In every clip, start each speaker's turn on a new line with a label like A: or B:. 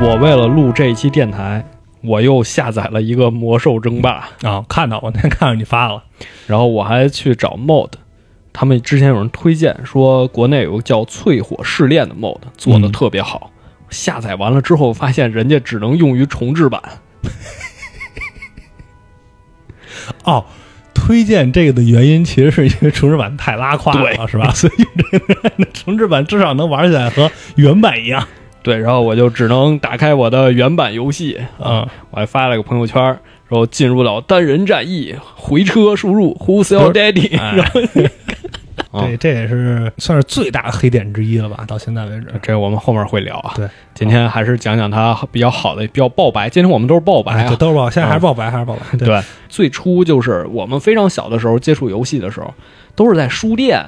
A: 我为了录这一期电台，我又下载了一个《魔兽争霸》，
B: 啊，看到我那天 看到你发了，
A: 然后我还去找 mod。他们之前有人推荐说，国内有个叫“淬火试炼”的 mod 做的
B: 嗯
A: 特别好。下载完了之后，发现人家只能用于重置版。
B: 哦，推荐这个的原因其实是因为重置版太拉胯了，是吧？所以这个人的重置版至少能玩起来和原版一样
A: 对，然后我就只能打开我的原版游戏，
B: 啊。
A: 我还发了个朋友圈儿，说进入了单人战役，回车输入 Who's your
B: 不是
A: daddy？、
B: 哎
A: 然后啊
B: 对，这也是算是最大的黑点之一了吧？到现在为止，
A: 这我们后面会聊啊。
B: 对，
A: 今天还是讲讲它比较好的、比较爆白。今天我们都是爆白
B: 哎，
A: 啊。
B: 这都是爆，现在还是
A: 嗯
B: 爆白，还是爆白。对，
A: 对，最初就是我们非常小的时候接触游戏的时候，都是在书店。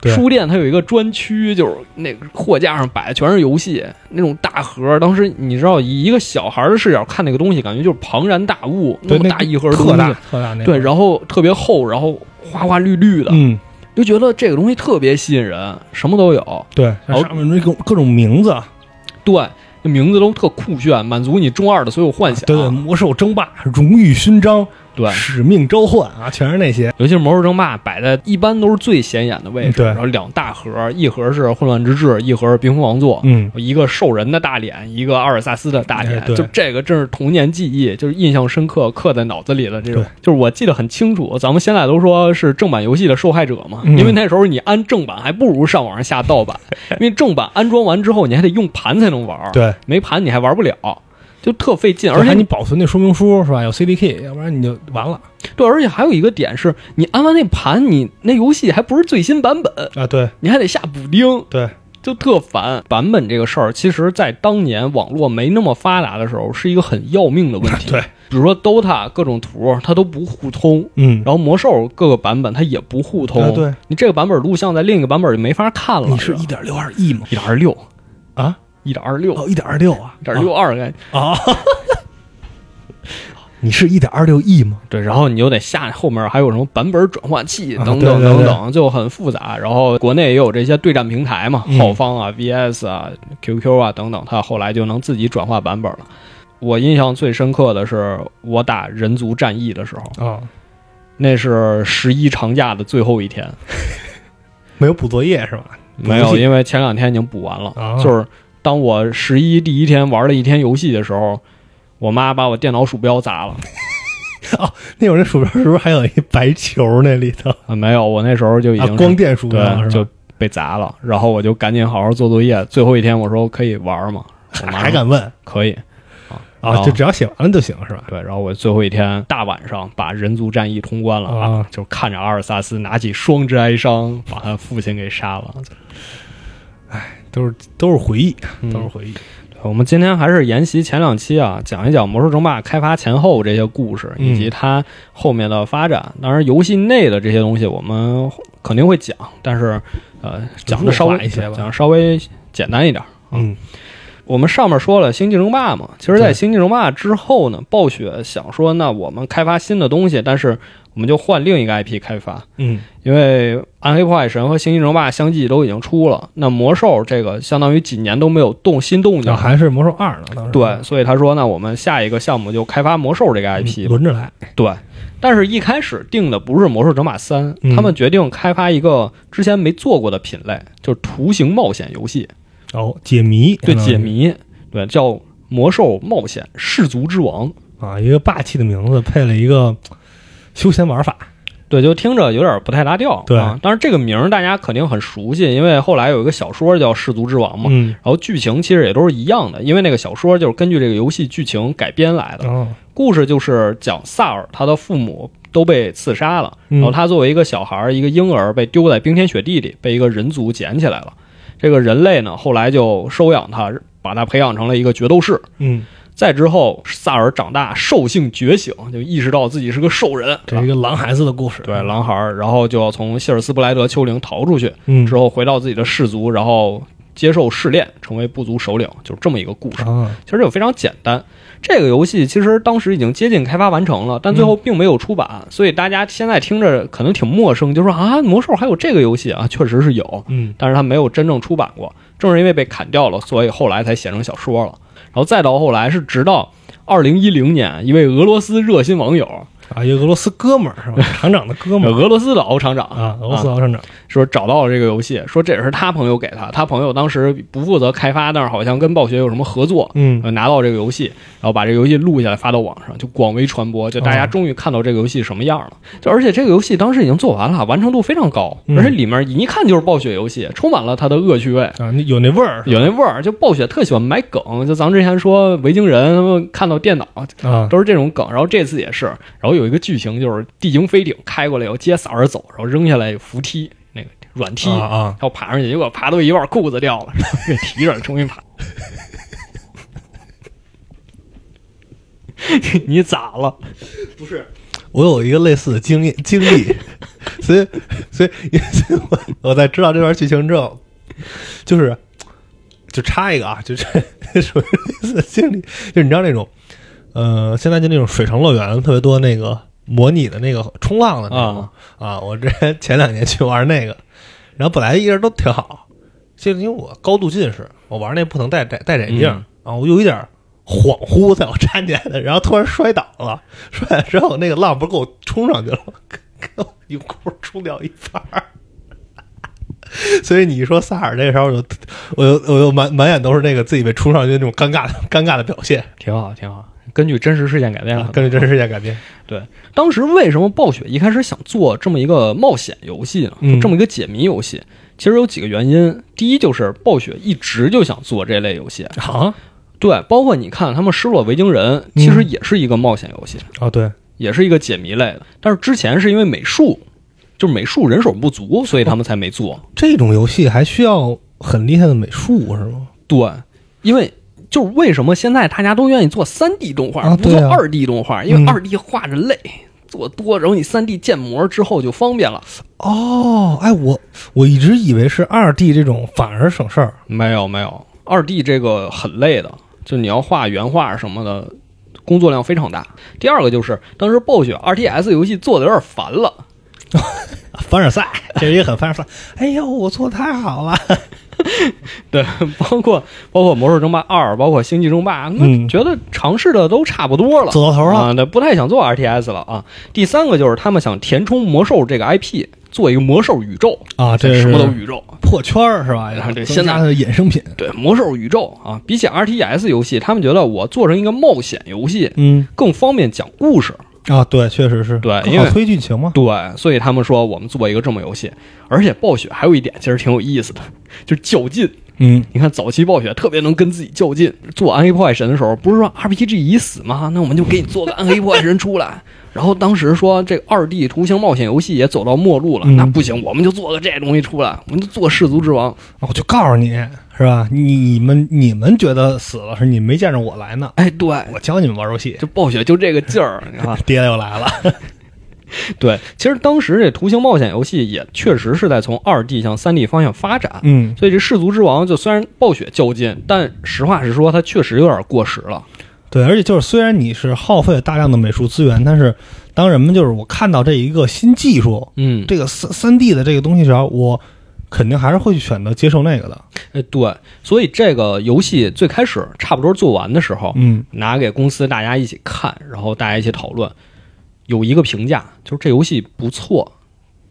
B: 对
A: 书店它有一个专区，就是那个货架上摆的全是游戏，那种大盒。当时你知道，以一个小孩的视角看那个东西，感觉就是庞然大物，
B: 对
A: 那么
B: 那
A: 大一盒东
B: 特
A: 西
B: 大，特大那
A: 对，
B: 个，
A: 然后特别厚，然后花花绿绿的，
B: 嗯，
A: 就觉得这个东西特别吸引人，什么都有。
B: 对，那
A: 哦
B: 上面那种各种名字，
A: 对，那名字都特酷炫，满足你中二的所有幻想。
B: 对啊对，魔兽争霸、荣誉勋章、
A: 对
B: 使命召唤啊，全是那些。
A: 尤其是魔兽争霸摆在一般都是最显眼的位置，
B: 嗯对
A: 然后两大盒，一盒是混乱之治，一盒是冰封王座，
B: 嗯，
A: 一个兽人的大脸，一个阿尔萨斯的大脸，
B: 哎对
A: 就这个真是童年记忆，就是印象深刻，刻在脑子里的这种
B: 对，
A: 就是我记得很清楚。咱们现在都说是正版游戏的受害者嘛，
B: 嗯
A: 因为那时候你安正版还不如上网上下盗 版，因为正版安装完之后你还得用盘才能玩，
B: 对，
A: 没盘你还玩不了，就特费劲，而
B: 而
A: 且
B: 且
A: 你
B: 你保存那说明书是吧？有 CDK，要不然你就完了
A: 对，而且还有一个点是，你安完那盘，你那游戏还不是最新版本，
B: 啊。对
A: 你还得下补丁，
B: 对，
A: 就特烦。版本这个事儿，其实在当年网络没那么发达的时候，是一个很要命的问题。
B: 对，
A: 比如说 DOTA 各种图它都不互通，
B: 嗯，
A: 然后魔兽各个版本它也不互通。
B: 啊对，
A: 你这个版本录像在另一个版本就没法看了。
B: 你是一点六二亿吗？
A: 一点二六，
B: 啊，
A: 一点二六，
B: 哦，一点二六啊，
A: 一点六二该
B: 啊。 啊你是一点二六亿吗？
A: 对，然后你又得下后面还有什么版本转换器
B: 啊
A: 等
B: 对
A: 等
B: 对
A: 等
B: 对
A: 等，就很复杂。然后国内也有这些对战平台嘛，
B: 嗯
A: 浩方啊、VS 啊、QQ 啊等等，它后来就能自己转化版本了。我印象最深刻的是我打人族战役的时候，
B: 啊，
A: 那是十一长假的最后一天，
B: 没有补作业是吧？
A: 没
B: 游
A: 有，
B: 戏
A: 因为前两天已经补完了。
B: 啊
A: 就是当我十一第一天玩了一天游戏的时候，我妈把我电脑鼠标砸了。
B: 那会儿那鼠标是不是还有一白球那里头
A: 啊，没有，我那时候就已
B: 啊
A: 经？是
B: 光电鼠标
A: 对，
B: 是吧
A: 就？被砸了。然后我就赶紧好好做作业。最后一天我说可以玩 吗？我妈
B: 还
A: 说
B: 敢问
A: 可以。嗯
B: 啊？就只要写完了就行是吧？
A: 对，然后我最后一天大晚上把人族战役通关了
B: 啊
A: 就看着阿尔萨斯拿起双之哀伤把他父亲给杀了。
B: 都是都是回忆，
A: 嗯
B: 都是回忆。
A: 我们今天还是沿袭前两期啊，讲一讲《魔兽争霸》开发前后这些故事，
B: 嗯
A: 以及它后面的发展。当然，游戏内的这些东西我们肯定会讲，但是呃，讲的稍
B: 弱
A: 微
B: 化一些吧
A: 讲得稍微简单一点。
B: 嗯，
A: 我们上面说了《星际争霸》嘛，其实，在《
B: 对
A: 星际争霸》之后呢，暴雪想说，那我们开发新的东西，但是我们就换另一个 IP 开发，
B: 嗯，
A: 因为《暗黑破坏神》和《星际争霸》相继都已经出了，那魔兽这个相当于几年都没有动新动静
B: 那，还是魔兽二呢，当时嗯
A: 对，所以他说，那我们下一个项目就开发魔兽这个 IP 吧。
B: 轮着来，
A: 对，但是一开始定的不是《魔兽争霸三》，
B: 嗯
A: 他们决定开发一个之前没做过的品类，就是图形冒险游戏。
B: 哦，解谜，
A: 对，
B: 相当于
A: 解谜，对，叫《魔兽冒险氏族之王》。
B: 啊，一个霸气的名字配了一个休闲玩法，
A: 对，就听着有点不太搭调。
B: 对
A: 啊，当然这个名儿大家肯定很熟悉，因为后来有一个小说叫《氏族之王》嘛，
B: 嗯，
A: 然后剧情其实也都是一样的，因为那个小说就是根据这个游戏剧情改编来的。
B: 哦，
A: 故事就是讲萨尔他的父母都被刺杀了，然后
B: 嗯
A: 他作为一个小孩儿、一个婴儿被丢在冰天雪地里，被一个人族捡起来了。这个人类呢，后来就收养他，把他培养成了一个决斗士。
B: 嗯，
A: 再之后，萨尔长大，兽性觉醒，就意识到自己是个兽人，
B: 这是一个狼孩子的故事，
A: 对，狼孩儿，然后就要从希尔斯布莱德丘陵逃出去，
B: 嗯，
A: 之后回到自己的氏族，然后接受试炼，成为部族首领，就是这么一个故事。
B: 啊，
A: 其实就非常简单。这个游戏其实当时已经接近开发完成了，但最后并没有出版，所以大家现在听着可能挺陌生，就说啊，魔兽还有这个游戏啊，确实是有，
B: 嗯，
A: 但是它没有真正出版过。正是因为被砍掉了，所以后来才写成小说了。然后再到后来是直到二零一零年，一位俄罗斯热心网友，
B: 啊，一个俄罗斯哥们儿是吧？厂长的哥们儿
A: 俄罗斯的敖厂长
B: 嗯啊，俄罗斯敖厂长
A: 说找到了这个游戏，说这也是他朋友给他，他朋友当时不负责开发，但是好像跟暴雪有什么合作，
B: 嗯
A: 呃，拿到这个游戏，然后把这个游戏录下来发到网上，就广为传播，就大家
B: 哦
A: 终于看到这个游戏什么样了。就而且这个游戏当时已经做完了，完成度非常高，
B: 嗯
A: 而且里面一看就是暴雪游戏，充满了它的恶趣味。
B: 啊，那有那味儿是
A: 有那味儿，就暴雪特喜欢埋梗，就咱们之前说维京人他们看到电脑
B: 吧啊，
A: 都是这种梗，然后这次也是，然后有一个剧情就是地形飞艇开过来，要接扫帚走，然后扔下来有扶梯那个软梯，
B: 啊啊，
A: 要爬上去，结果爬到一半裤子掉了， 然后给提上，重新爬。 你咋了？
B: 我有一个类似的经验经历， 所以所以所以我我在知道这段剧情之后，就是就插一个啊，就这 属于类似的经历，就是你知道那种呃，现在就那种水城乐园特别多那个模拟的那个冲浪的那种
A: 啊
B: 啊，我之前 前两年去玩那个，然后本来一直都挺好，就是因为我高度近视，我玩那不能戴戴戴眼镜、
A: 嗯
B: 啊，我有一点恍惚，在我站起来的，然后突然摔倒了，摔倒之后那个浪不是给我冲上去了吗？给给我一股冲掉一半儿。 所以你一说萨尔这时候我就，我就我就满满眼都是那个自己被冲上去的那种尴尬的尴尬的表现，
A: 挺好，挺好。根据真实事件改编
B: 啊
A: 的。
B: 根据真实事件改编。
A: 对，当时为什么暴雪一开始想做这么一个冒险游戏呢？
B: 嗯
A: 就这么一个解谜游戏，其实有几个原因。第一就是暴雪一直就想做这类游戏，
B: 啊，
A: 对，包括你看他们《失落维京人》，
B: 嗯
A: 其实也是一个冒险游戏，
B: 哦对，
A: 也是一个解谜类的。但是之前是因为美术，就是美术人手不足，所以他们才没做。
B: 这种游戏还需要很厉害的美术是吗？
A: 对，因为就是为什么现在大家都愿意做三 D 动画，
B: 啊
A: 不做
B: 对啊
A: 二 D 动画，因为
B: 嗯
A: 二 D 画着累，做多，然后你三 D 建模之后就方便了。
B: 哦，哎，我我一直以为是二 D 这种反而省事儿
A: 没有没有，二 D 这个很累的，就你要画原画什么的，工作量非常大。第二个就是当时暴雪 RTS 游戏做的有点烦了。
B: 凡尔赛， 这也很凡尔赛。哎呦，我做得太好了，
A: 对，包括包括《魔兽争霸二》，包括《星际争霸》，那
B: 嗯
A: 觉得尝试的都差不多了，
B: 走到头了
A: 啊，对，不太想做 RTS 了啊。第三个就是他们想填充魔兽这个 IP，做一个魔兽宇宙
B: 啊这是
A: 什么都宇宙，
B: 破圈儿是吧？
A: 啊对
B: 增
A: 现
B: 加
A: 在
B: 它的衍生品。
A: 对，魔兽宇宙啊。比起 RTS 游戏，他们觉得我做成一个冒险游戏
B: 嗯
A: 更方便讲故事，
B: 啊，对，确实是
A: 对
B: 更
A: 因为
B: 好推剧情嘛。
A: 对，所以他们说我们做一个这么游戏。而且暴雪还有一点其实挺有意思的，就是较劲。
B: 嗯
A: 你看早期暴雪特别能跟自己较劲，做暗黑破坏神的时候，不是说 RPG 已死吗？那我们就给你做个暗黑破坏神出来。然后当时说这二 D 图形冒险游戏也走到末路了，
B: 嗯
A: 那不行，我们就做个这东西出来，我们就做氏族之王。
B: 我哦就告诉你是吧？你们你们觉得死了是你们没见着我来呢，
A: 哎，对，
B: 我教你们玩游戏，。
A: 就暴雪就这个劲儿啊
B: 爹又来了。
A: 对，其实当时这图形冒险游戏也确实是在从二 D 向三 D 方向发展。
B: 嗯，
A: 所以这氏族之王就虽然暴雪较劲，但实话实说，它确实有点过时了。
B: 对，而且就是虽然你是耗费了大量的美术资源，但是当人们就是我看到这一个新技术，
A: 嗯，
B: 这个三三 D 的这个东西时候，我肯定还是会去选择接受那个的。
A: 哎，对，所以这个游戏最开始差不多做完的时候，
B: 嗯，
A: 拿给公司大家一起看，然后大家一起讨论，有一个评价就是这游戏不错，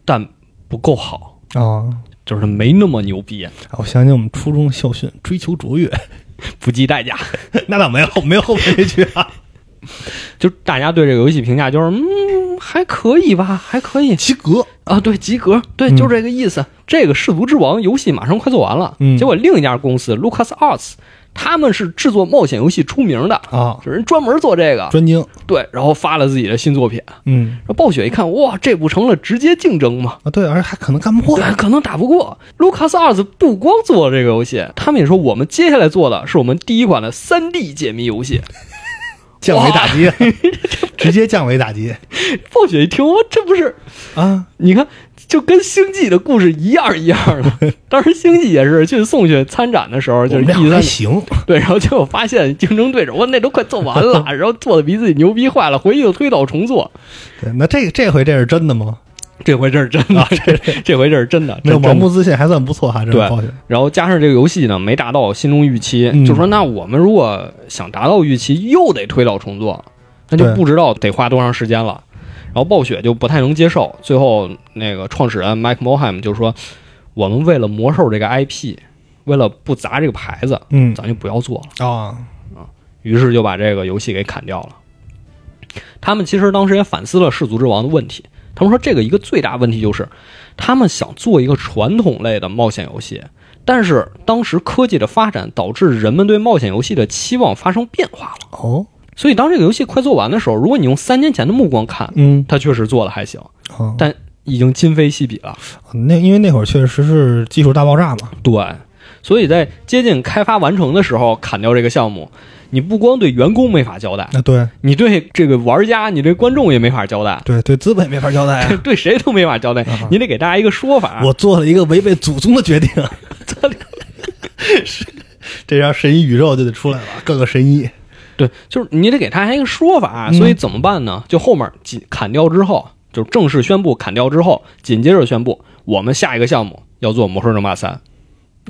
A: 但不够好，
B: 啊、
A: 就是它没那么牛逼，
B: 我想起我们初中校训：追求卓越。
A: 不计代价。
B: 那倒没有，没有后面这句啊。
A: 就大家对这个游戏评价就是，嗯，还可以吧，还可以
B: 及格。
A: 啊，对，及格，对，
B: 嗯
A: 就这个意思。这个《氏族之王》游戏马上快做完了，
B: 嗯
A: 结果另一家公司 LucasArts，他们是制作冒险游戏出名的，
B: 啊，
A: 就是人专门做这个，
B: 专精。
A: 对，然后发了自己的新作品。
B: 嗯
A: 那暴雪一看，哇，这不成了直接竞争吗？
B: 啊，对，而且还可能干不过
A: 对。，可能打不过。LucasArts 不光做这个游戏，他们也说我们接下来做的是我们第一款的 3D 解谜游戏。
B: 降维打击， 直接降维打击
A: 暴雪一听，哇，这不是
B: 啊！
A: 你看，就跟《星际》的故事一样一样的。当时《星际》也是去送去参展的时候，就是
B: 我们俩
A: E
B: 还
A: 三
B: 行，
A: 对，然后结果发现竞争对手，哇，那都快做完了， 然后做的比自己牛逼坏了，回去又推倒重做。
B: 对，那这这回这是真的吗？
A: 这回这是真
B: 啊
A: 的，这这回这是真的。
B: 那
A: 这
B: 王
A: 真的
B: 木自信还算不错哈，这
A: 对
B: 个保险。
A: 然后加上这个游戏呢，没达到心中预期，
B: 嗯
A: 就说那我们如果想达到预期，又得推倒重做，那就
B: 对
A: 不知道得花多长时间了。然后暴雪就不太能接受，最后那个创始人 Mike Moheim 就说：“我们为了魔兽这个 IP，为了不砸这个牌子，
B: 嗯
A: 咱就不要做了。”
B: 啊，
A: 于是就把这个游戏给砍掉了。他们其实当时也反思了《氏族之王》的问题，他们说这个一个最大问题就是，他们想做一个传统类的冒险游戏，但是当时科技的发展导致人们对冒险游戏的期望发生变化了。
B: 哦，
A: 所以当这个游戏快做完的时候，如果你用三年前的目光看，
B: 嗯，
A: 它确实做的还行，
B: 哦，
A: 但已经今非昔比了。
B: 那因为那会儿确实是技术大爆炸嘛，
A: 对，所以在接近开发完成的时候砍掉这个项目，你不光对员工没法交代，
B: 那对
A: 你对这个玩家，你对观众也没法交代，
B: 对对，资本也没法交代啊。
A: 对谁都没法交代
B: 啊哈，
A: 你得给大家一个说法。
B: 我做了一个违背祖宗的决定，这让神医宇宙就得出来了，各个神医。
A: 对，就是你得给大家一个说法，
B: 嗯
A: 所以怎么办呢？就后面紧砍掉之后，就正式宣布砍掉之后，紧接着宣布我们下一个项目要做《魔兽争霸三》。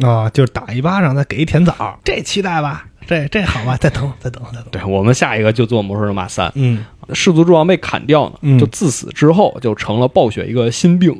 B: 啊，就是打一巴掌，再给一甜枣，这期待吧，这这好吧，再等再等再等。
A: 对，我们下一个就做《魔兽争霸三》。
B: 嗯，
A: 氏族之王被砍掉呢，
B: 嗯
A: 就自此之后就成了暴雪一个心病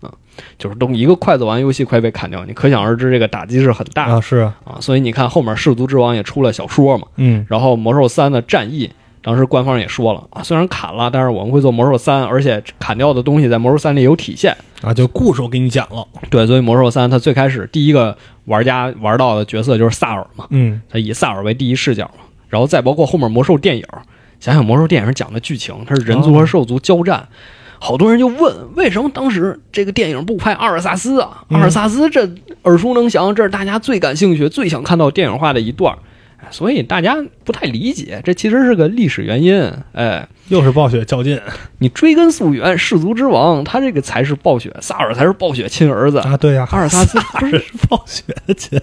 A: 啊，就是都一个快做完游戏快被砍掉，你可想而知这个打击是很大的
B: 啊是啊，
A: 啊。所以你看后面氏族之王也出了小说嘛。
B: 嗯
A: 然后《魔兽三》的战役，当时官方也说了啊，虽然砍了，但是我们会做《魔兽三》，而且砍掉的东西在《魔兽三》里有体现。
B: 啊，就故事我给你讲了。
A: 对，所以《魔兽三》它最开始第一个玩家玩到的角色就是萨尔嘛，
B: 嗯
A: 它以萨尔为第一视角嘛，然后再包括后面《魔兽》电影，想想《魔兽》电影讲的剧情，它是人
B: 哦
A: 族和兽族交战。好多人就问，为什么当时这个电影不拍阿尔萨斯啊？阿
B: 嗯
A: 尔萨斯这耳熟能详，这是大家最感兴趣、最想看到电影化的一段儿，哎所以大家不太理解，这其实是个历史原因。哎，
B: 又是暴雪较劲
A: 你追根溯源，氏族之王他这个才是暴雪，萨尔才是暴雪亲儿子，
B: 啊，对呀、
A: 阿尔萨斯不是
B: 是暴雪的劲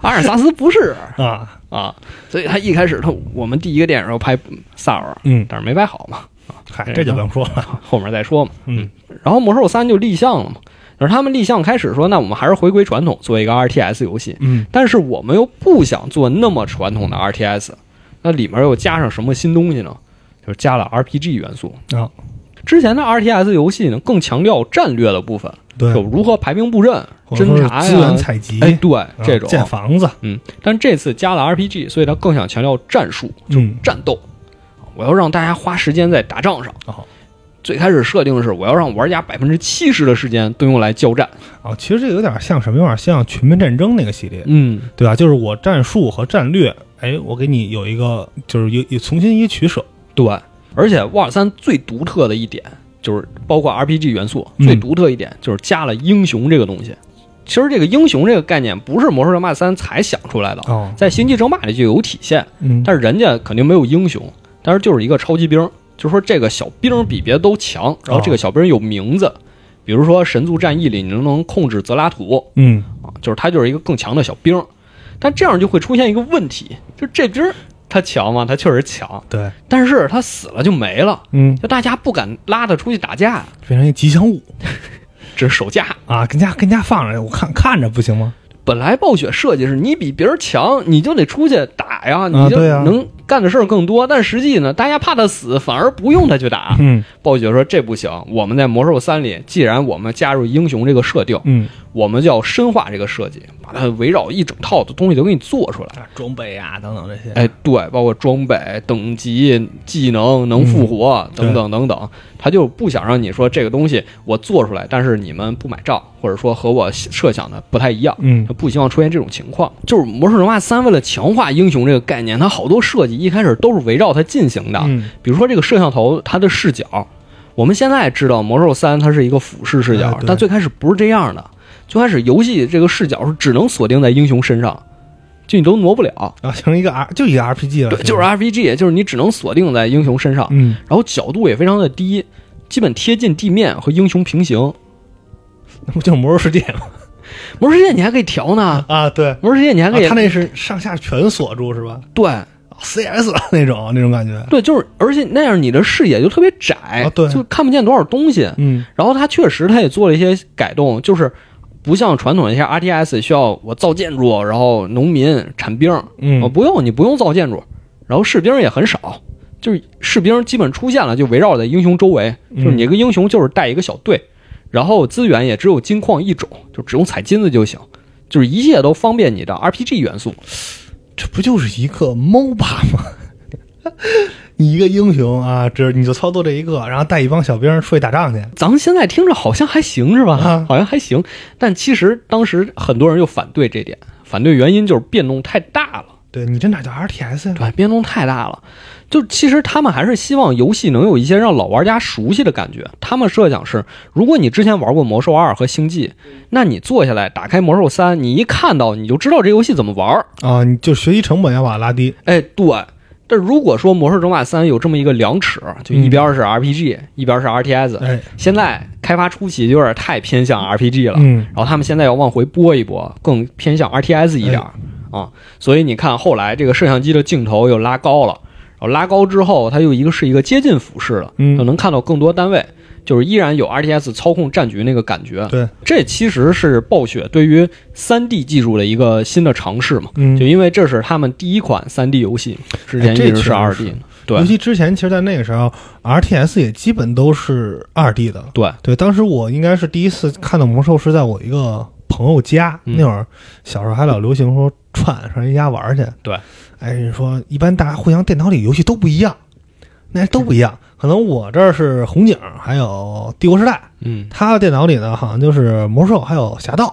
A: 阿尔萨斯不是
B: 啊，
A: 啊，所以他一开始他我们第一个电影要拍萨尔，
B: 嗯，
A: 但是没拍好嘛，
B: 嗨，这就不用说了，
A: 后面再说嘛。
B: 嗯
A: 然后魔兽三就立项了嘛，然后他们立项开始说，那我们还是回归传统，做一个 RTS 游戏，
B: 嗯
A: 但是我们又不想做那么传统的 RTS，那里面又加上什么新东西呢？就是加了 RPG 元素。
B: 啊，
A: 之前的 RTS 游戏呢，更强调战略的部分，
B: 对，
A: 有如何排兵布阵、
B: 或者
A: 侦
B: 说是
A: 察
B: 资
A: 呀
B: 源、采集，
A: 哎，对
B: 啊
A: 这种。
B: 建房子，
A: 嗯，但这次加了 RPG，所以它更想强调战术、
B: 嗯
A: 战斗。我要让大家花时间在打仗上。
B: 哦
A: 最开始设定的是，我要让玩家百分之七十的时间都用来交战。
B: 啊，其实这有点像什么？有点像全面战争那个系列，
A: 嗯，
B: 对吧？就是我战术和战略，哎，我给你有一个，就是有有重新一个取舍，
A: 对。而且《沃尔三》最独特的一点就是，包括 RPG 元素，
B: 嗯
A: 最独特一点就是加了英雄这个东西。其实这个英雄这个概念不是《魔兽争霸三》才想出来的，
B: 哦，
A: 在《星际争霸》里就有体现。
B: 嗯，
A: 但是人家肯定没有英雄，但是就是一个超级兵，就说这个小兵比别的都强，然后
B: 哦
A: 这个小兵有名字，比如说神族战役里你能控制泽拉图
B: 嗯，
A: 啊，就是他就是一个更强的小兵，但这样就会出现一个问题，就这兵儿他强吗？他确实强，
B: 对，
A: 但是他死了就没了，
B: 嗯，
A: 就大家不敢拉他出去打架，
B: 变成一吉祥物
A: 这是守架。
B: 啊，跟家跟家放着，我看看着不行吗？
A: 本来暴雪设计是你比别人强，你就得出去打呀，你就
B: 对啊
A: 能干的事儿更多。但实际呢，大家怕他死，反而不用他去打。
B: 嗯
A: 暴雪说这不行，我们在魔兽三里，既然我们加入英雄这个设定，
B: 嗯，
A: 我们就要深化这个设计，把它围绕一整套的东西都给你做出来。
B: 啊，装备啊等等这些，
A: 哎，对，包括装备、等级、技能能复活、
B: 对
A: 等等等等，他就不想让你说这个东西我做出来，但是你们不买账，或者说和我设想的不太一样。
B: 嗯
A: 他不希望出现这种情况。就是《魔兽争霸三》为了强化英雄这个概念，它好多设计一开始都是围绕它进行的。
B: 嗯
A: 比如说这个摄像头它的视角，我们现在知道《魔兽三》它是一个俯视视角，
B: 哎对
A: 但最开始不是这样的。最开始游戏这个视角是只能锁定在英雄身上，就你都挪不了。
B: 啊，形成一个 R 就一个 RPG 了，
A: 对，就是 RPG，就是你只能锁定在英雄身上，
B: 嗯，
A: 然后角度也非常的低，基本贴近地面和英雄平行。
B: 那不就是魔兽世界吗？
A: 魔兽世界你还可以调呢，
B: 啊，对，
A: 魔兽世界你还
B: 啊
A: 可以、
B: 它那是上下全锁住是吧？
A: 对。
B: CS 那种那种感觉。
A: 对，就是而且那样你的视野就特别窄，
B: 啊对
A: 就看不见多少东西。
B: 嗯
A: 然后它确实它也做了一些改动，就是不像传统一些 RTS 需要我造建筑，然后农民铲兵，我
B: 嗯
A: 不用你不用造建筑，然后士兵也很少，就是士兵基本出现了就围绕在英雄周围，就是你一个英雄就是带一个小队，然后资源也只有金矿一种，就只用采金子就行，就是一切都方便你的 RPG 元素。
B: 这不就是一个 MOBA 吗？ 你一个英雄啊，只你就操作这一个，然后带一帮小兵儿出去打仗去。
A: 咱们现在听着好像还行是吧？
B: 啊
A: 好像还行，但其实当时很多人又反对这点，反对原因就是变动太大了。
B: 对你这哪叫 RTS 呀、
A: 对，变动太大了。就其实他们还是希望游戏能有一些让老玩家熟悉的感觉。他们设想是，如果你之前玩过《魔兽二》和《星际》，那你坐下来打开《魔兽三》，你一看到你就知道这游戏怎么玩儿。
B: 啊，你就学习成本要把它拉低。
A: 哎，对。但如果说《魔兽争霸三》有这么一个量尺，就一边是 RPG，、一边是 RTS，
B: 哎，
A: 现在开发初期就有点太偏向 RPG 了。
B: 嗯，
A: 然后他们现在要往回拨一拨，更偏向
B: 哎
A: RTS 一点儿、啊。所以你看，后来这个摄像机的镜头又拉高了，然后拉高之后，它又一个是一个接近俯视了，
B: 嗯
A: 就能看到更多单位，就是依然有 RTS 操控战局那个感觉。
B: 对，
A: 这其实是暴雪对于 3D 技术的一个新的尝试嘛，
B: 嗯
A: 就，因为这是他们第一款 3D 游戏，之前
B: 哎
A: 一
B: 这
A: 直
B: 确实
A: 2D
B: 是
A: 的。
B: 尤
A: 对
B: 其之前，其实，在那个时候，RTS 也基本都是二 D 的。
A: 对，
B: 对，当时我应该是第一次看到魔兽是在我一个朋友家，
A: 嗯
B: 那会儿小时候还老流行说串上人家玩儿去。
A: 对，
B: 哎，你说一般大家互相电脑里游戏都不一样，那都不一样。可能我这儿是红警，还有帝国时代，
A: 嗯
B: 他的电脑里呢好像就是魔兽还有侠盗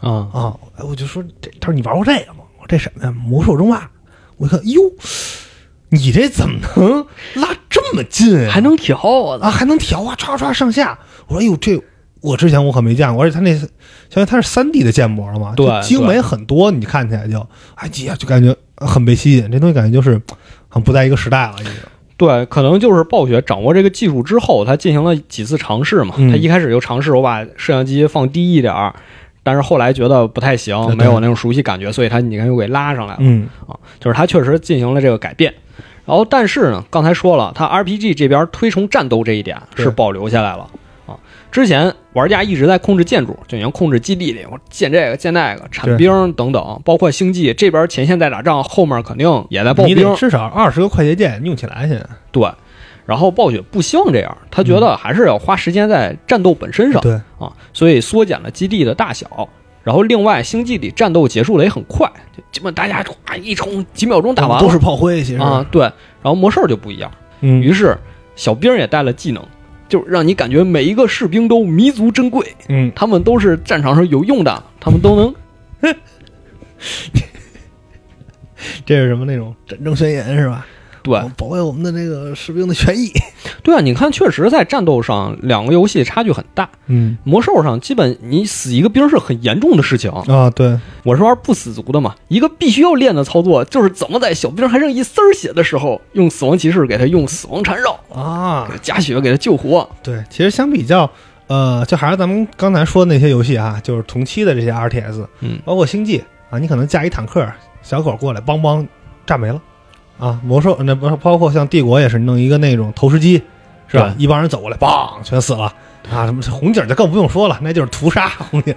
A: 啊，
B: 啊。哎，我就说这，他说你玩过这个吗？我说这什么呀？魔兽争霸。我一看，哟，你这怎么能拉这么近啊？
A: 还能调，我操
B: 啊，还能调啊，唰唰上下。我说，哎呦，这我之前我可没见过，而且它那，相当于它是三 D 的建模嘛，
A: 对
B: 就精美很多，你看起来就，哎呀，就感觉很被吸引，这东西感觉就是很不在一个时代了，已经。
A: 对，可能就是暴雪掌握这个技术之后，他进行了几次尝试嘛。
B: 嗯
A: 他一开始就尝试我把摄像机放低一点儿，但是后来觉得不太行
B: 对，
A: 没有那种熟悉感觉，所以他你看又给拉上来了、
B: 嗯
A: 啊。就是他确实进行了这个改变。然后，但是呢，刚才说了，他 RPG 这边推崇战斗这一点
B: 对
A: 是保留下来了啊。之前玩家一直在控制建筑，就你要控制基地里，我建这个建那个，
B: 对
A: 铲兵等等，包括星际这边前线在打仗，后面肯定也在爆
B: 你
A: 兵
B: 得，至少二十个快捷键用起来先。
A: 对，然后暴雪不希望这样，他觉得还是要花时间在战斗本身上、
B: 嗯对，
A: 啊，所以缩减了基地的大小。然后另外，星际里战斗结束的也很快，就基本大家哗一冲，几秒钟打完
B: 哦都
A: 了
B: 是嗯炮灰，其实。
A: 啊。对，然后魔兽就不一样，
B: 嗯
A: 于是小兵也带了技能。就让你感觉每一个士兵都弥足珍贵，
B: 嗯，
A: 他们都是战场上有用的，他们都能
B: 这是什么那种战争宣言是吧？
A: 对
B: 我保卫我们的那个士兵的权益。
A: 对啊！你看，确实在战斗上两个游戏差距很大。
B: 嗯
A: 魔兽上基本你死一个兵是很严重的事情，
B: 啊，对，
A: 我是玩不死族的嘛，一个必须要练的操作就是怎么在小兵还剩一丝儿血的时候，用死亡骑士给他用死亡缠绕，
B: 啊
A: 给，他加血给他救活。
B: 对，其实相比较，呃，就还是咱们刚才说的那些游戏啊，就是同期的这些 RTS，
A: 嗯，
B: 包括星际啊，你可能架一坦克小狗过来，邦邦炸没了啊。魔兽那不是包括像帝国也是弄一个那种投石机，是吧？一帮人走过来，梆全死了啊。什么红警就更不用说了，那就是屠杀 红警。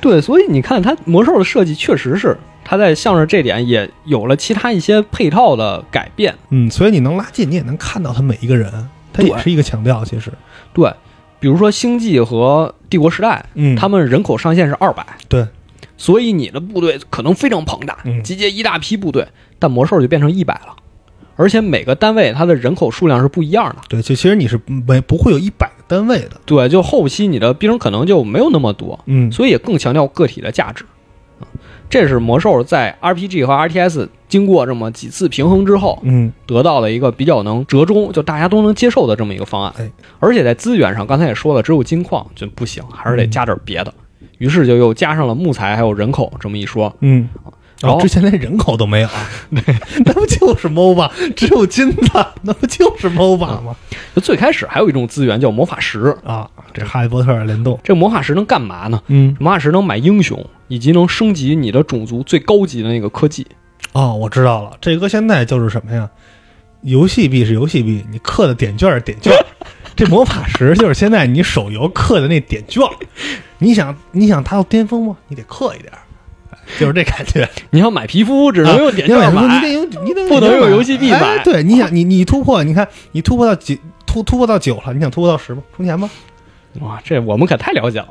A: 对，所以你看它魔兽的设计确实是它在向着这点也有了其他一些配套的改变。
B: 嗯，所以你能拉近，你也能看到他每一个人，他也
A: 对
B: 是一个强调，其实，
A: 对，比如说星际和帝国时代，
B: 嗯
A: 他
B: 们
A: 们人口上限是二百，
B: 对，
A: 所以你的部队可能非常庞大
B: 嗯，
A: 集结一大批部队，但魔兽就变成一百了，而且每个单位它的人口数量是不一样的。
B: 对，就其实你是没不会有一百个单位的，
A: 对，就后期你的兵可能就没有那么多，
B: 嗯
A: 所以也更强调个体的价值。啊这是魔兽在 RPG 和 RTS 经过这么几次平衡之后
B: 嗯，
A: 得到的一个比较能折中，就大家都能接受的这么一个方案
B: 哎。
A: 而且在资源上，刚才也说了，只有金矿就不行，还是
B: 嗯
A: 得加点别的。于是就又加上了木材还有人口这么一说，
B: 嗯，
A: 然后
B: 之前连人口都没有， 那不就是 MOBA，只有金子，那不就是 MOBA 吗？
A: 就最开始还有一种资源叫魔法石，
B: 啊，这哈利波特联动，
A: 这魔法石能干嘛呢？
B: 嗯
A: 魔法石能买英雄，以及能升级你的种族最高级的那个科技。
B: 哦，我知道了，这搁现在就是什么呀？游戏币是游戏币，你刻的点券儿是点券儿，这魔法石就是现在你手游刻的那点券儿。你想，你想达到巅峰吗？你得刻一点儿，哎就是这感觉。
A: 你要买皮肤，只
B: 只
A: 能用点券买，
B: 你得用，你得
A: 不能用
B: 用
A: 游戏币买
B: 哎对，你想，你你突破，你看你突破到几突突破到九了，你想突破到十吗？充钱吗？
A: 哇，这我们可太了解 了，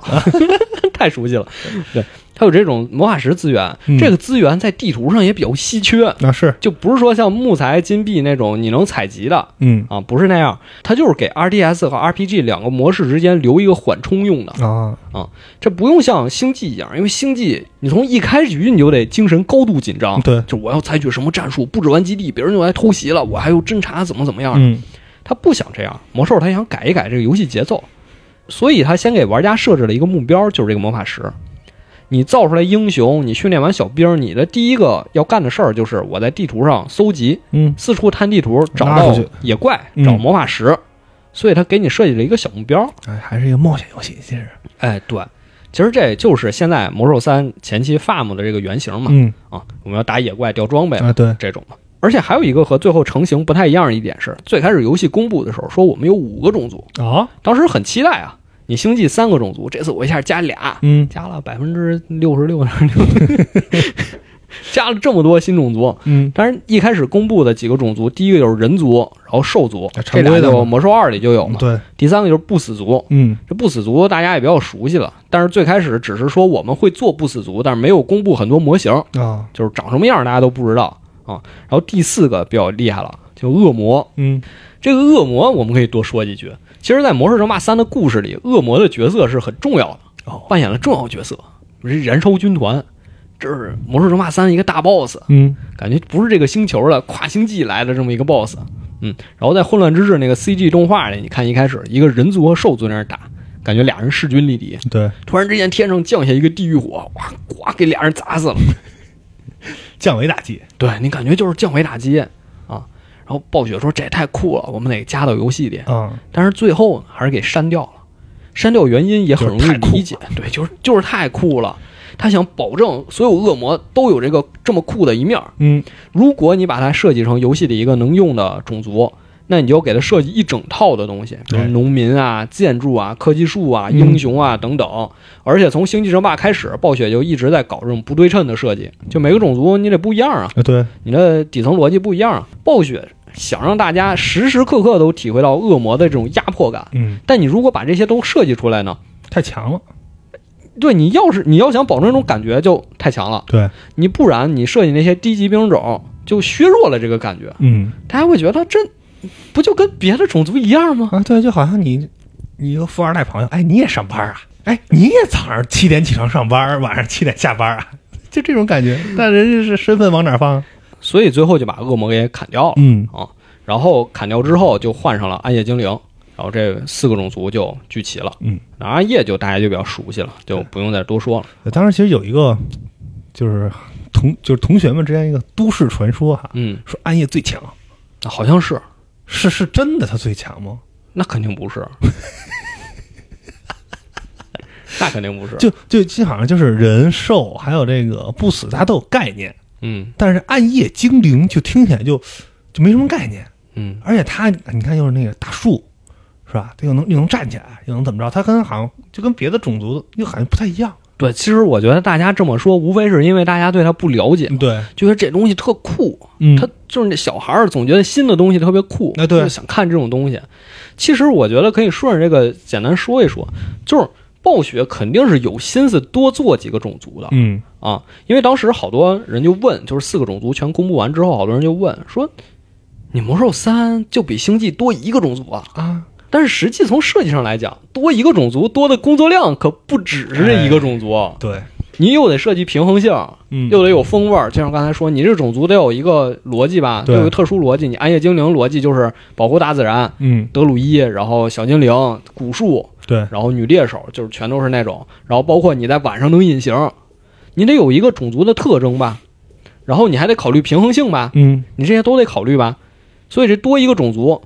A: 太熟悉了。对，它有这种魔法石资源，
B: 嗯
A: 这个资源在地图上也比较稀缺，
B: 那啊是，
A: 就不是说像木材、金币那种你能采集的
B: 嗯
A: 啊，不是那样。它就是给 RTS 和 RPG 两个模式之间留一个缓冲用的，
B: 啊，
A: 这不用像星际一样，因为星际你从一开局你就得精神高度紧张，
B: 对，
A: 就我要采取什么战术，布置完基地，别人又来偷袭了，我还要侦查怎么怎么样。
B: 嗯
A: 他不想这样，魔兽他想改一改这个游戏节奏，所以他先给玩家设置了一个目标，就是这个魔法石。你造出来英雄，你训练完小兵，你的第一个要干的事儿就是我在地图上搜集，
B: 嗯
A: 四处探地图，找
B: 拉
A: 到
B: 出去
A: 野怪，
B: 嗯
A: 找魔法石。所以他给你设计了一个小目标。
B: 哎，还是一个冒险游戏，其实，
A: 哎，对，其实这就是现在魔兽三前期 farm 的这个原型嘛，
B: 嗯
A: 啊，我们要打野怪、掉装备，
B: 啊，对，
A: 这种嘛。而且还有一个和最后成型不太一样的一点是，最开始游戏公布的时候说我们有五个种族，
B: 啊，
A: 当时很期待啊，你星际三个种族，这次我一下加俩，
B: 嗯
A: 加了百分之六十六点六， 加了这么多新种族。
B: 嗯，
A: 但是一开始公布的几个种族，第一个就是人族，然后兽族
B: 啊，
A: 这
B: 常规
A: 俩
B: 的嘛嗯
A: 就魔兽二里就有嘛。
B: 对，
A: 第三个就是不死族，
B: 嗯
A: 这不死族大家也比较熟悉了，但是最开始只是说我们会做不死族，但是没有公布很多模型。
B: 啊，
A: 就是长什么样大家都不知道啊。然后第四个比较厉害了，就恶魔。
B: 嗯
A: 这个恶魔我们可以多说几句。其实，在《魔兽争霸三》的故事里，恶魔的角色是很重要的，
B: 哦
A: 扮演了重要角色。这燃烧军团，这是《魔兽争霸三》一个大 boss，
B: 嗯
A: 感觉不是这个星球的，跨星际来的这么一个 boss。嗯，然后在《混乱之治》那个 CG 动画里，你看一开始一个人族和兽族在那儿打，感觉俩人势均力敌。
B: 对，
A: 突然之间，天上降下一个地狱火，哇，呱给俩人砸死了。
B: 降维打击，
A: 对你感觉就是降维打击啊。然后暴雪说这也太酷了，我们得加到游戏里，
B: 啊，
A: 但是最后呢还是给删掉了。删掉原因也很容易
B: 就是太酷
A: 理解，对，就是就是太酷了。他想保证所有恶魔都有这个这么酷的一面儿。
B: 嗯
A: 如果你把它设计成游戏里一个能用的种族，那你就给它设计一整套的东西，比如
B: 对
A: 农民啊、建筑啊、科技树啊、
B: 嗯
A: 英雄啊等等。而且从《星际争霸》开始，暴雪就一直在搞这种不对称的设计，就每个种族你得不一样啊。
B: 啊，对，
A: 你的底层逻辑不一样啊。暴雪想让大家时时刻刻都体会到恶魔的这种压迫感，
B: 嗯，
A: 但你如果把这些都设计出来呢？
B: 太强了，
A: 对，你要是你要想保证这种感觉就太强了，
B: 对，
A: 你不然你设计那些低级兵种就削弱了这个感觉，
B: 嗯
A: 大家会觉得这不就跟别的种族一样吗？
B: 啊，对，就好像你你一个富二代朋友，哎，你也上班啊，哎，你也早上七点起床上班，晚上七点下班啊， 就这种感觉，但人家是身份往哪儿放？啊
A: 所以最后就把恶魔给砍掉了，
B: 嗯
A: 然后砍掉之后就换上了暗夜精灵，然后这四个种族就聚齐了。
B: 嗯，
A: 那暗夜就大家就比较熟悉了，就不用再多说了。
B: 当时其实有一个就是同就是同学们之间一个都市传说哈，
A: 嗯，
B: 说暗夜最强，
A: 好像是，
B: 是是真的他最强吗？
A: 那肯定不 是，那肯定不是。
B: 就就就好像就是人兽还有这个不死，它都有概念，
A: 嗯
B: 但是暗夜精灵就听起来就就没什么概念，
A: 嗯，
B: 而且它你看又是那个大树，是吧？它又能又能站起来，又能怎么着？它跟好像就跟别的种族又好像不太一样。
A: 对，其实我觉得大家这么说，无非是因为大家对它不了解，
B: 对，
A: 觉得这东西特酷。
B: 嗯
A: 他就是那小孩儿总觉得新的东西特别酷，
B: 哎对
A: 就想看这种东西。其实我觉得可以顺着这个简单说一说，就是暴雪肯定是有心思多做几个种族的，
B: 嗯
A: 啊，因为当时好多人就问，就是四个种族全公布完之后，好多人就问说，你魔兽三就比星际多一个种族啊？
B: 啊，
A: 但是实际从设计上来讲，多一个种族多的工作量可不只是
B: 哎
A: 这一个种族，
B: 对，
A: 你又得设计平衡性，
B: 嗯
A: 又得有风味儿。就像刚才说，你这种族得有一个逻辑吧，得
B: 对
A: 有一个特殊逻辑。你暗夜精灵逻辑就是保护大自然，
B: 嗯
A: 德鲁伊，然后小精灵、古树，
B: 对，
A: 然后女猎手就是全都是那种，然后包括你在晚上能隐形，你得有一个种族的特征吧，然后你还得考虑平衡性吧，
B: 嗯
A: 你这些都得考虑吧，所以这多一个种族，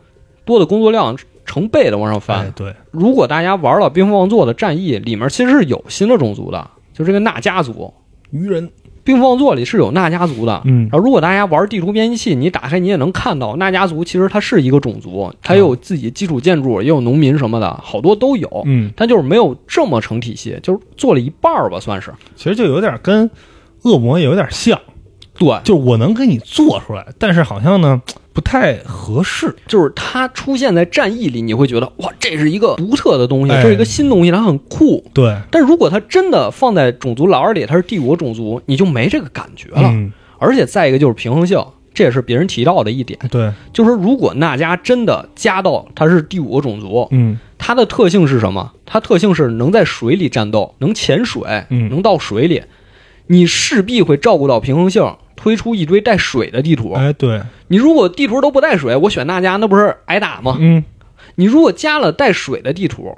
A: 多的工作量成倍的往上
B: 哎
A: 翻。
B: 对，
A: 如果大家玩了《冰封王座》的战役，里面其实是有新的种族的，就这个纳迦族，
B: 愚人
A: 冰凤座里是有那家族的，
B: 嗯
A: 然后如果大家玩地图编辑器，你打开你也能看到那家族其实它是一个种族，它也有自己基础建筑，也有农民什么的，好多都有。
B: 嗯，
A: 它就是没有这么成体系，就是做了一半儿吧，算是。
B: 其实就有点跟恶魔有点像，
A: 对，
B: 就是我能给你做出来，但是好像呢不太合适。
A: 就是它出现在战役里，你会觉得哇，这是一个独特的东西，
B: 哎
A: 这是一个新东西，它很酷。
B: 对，
A: 但如果它真的放在种族栏儿里，它是帝国种族，你就没这个感觉了。
B: 嗯，
A: 而且再一个就是平衡性，这也是别人提到的一点，
B: 对，
A: 就是说如果那家真的加到它是第五个种族，
B: 嗯
A: 它的特性是什么？它特性是能在水里战斗，能潜水，
B: 嗯
A: 能到水里。你势必会照顾到平衡性，推出一堆带水的地图。
B: 哎，对，
A: 你如果地图都不带水，我选那家那不是挨打吗？
B: 嗯，
A: 你如果加了带水的地图，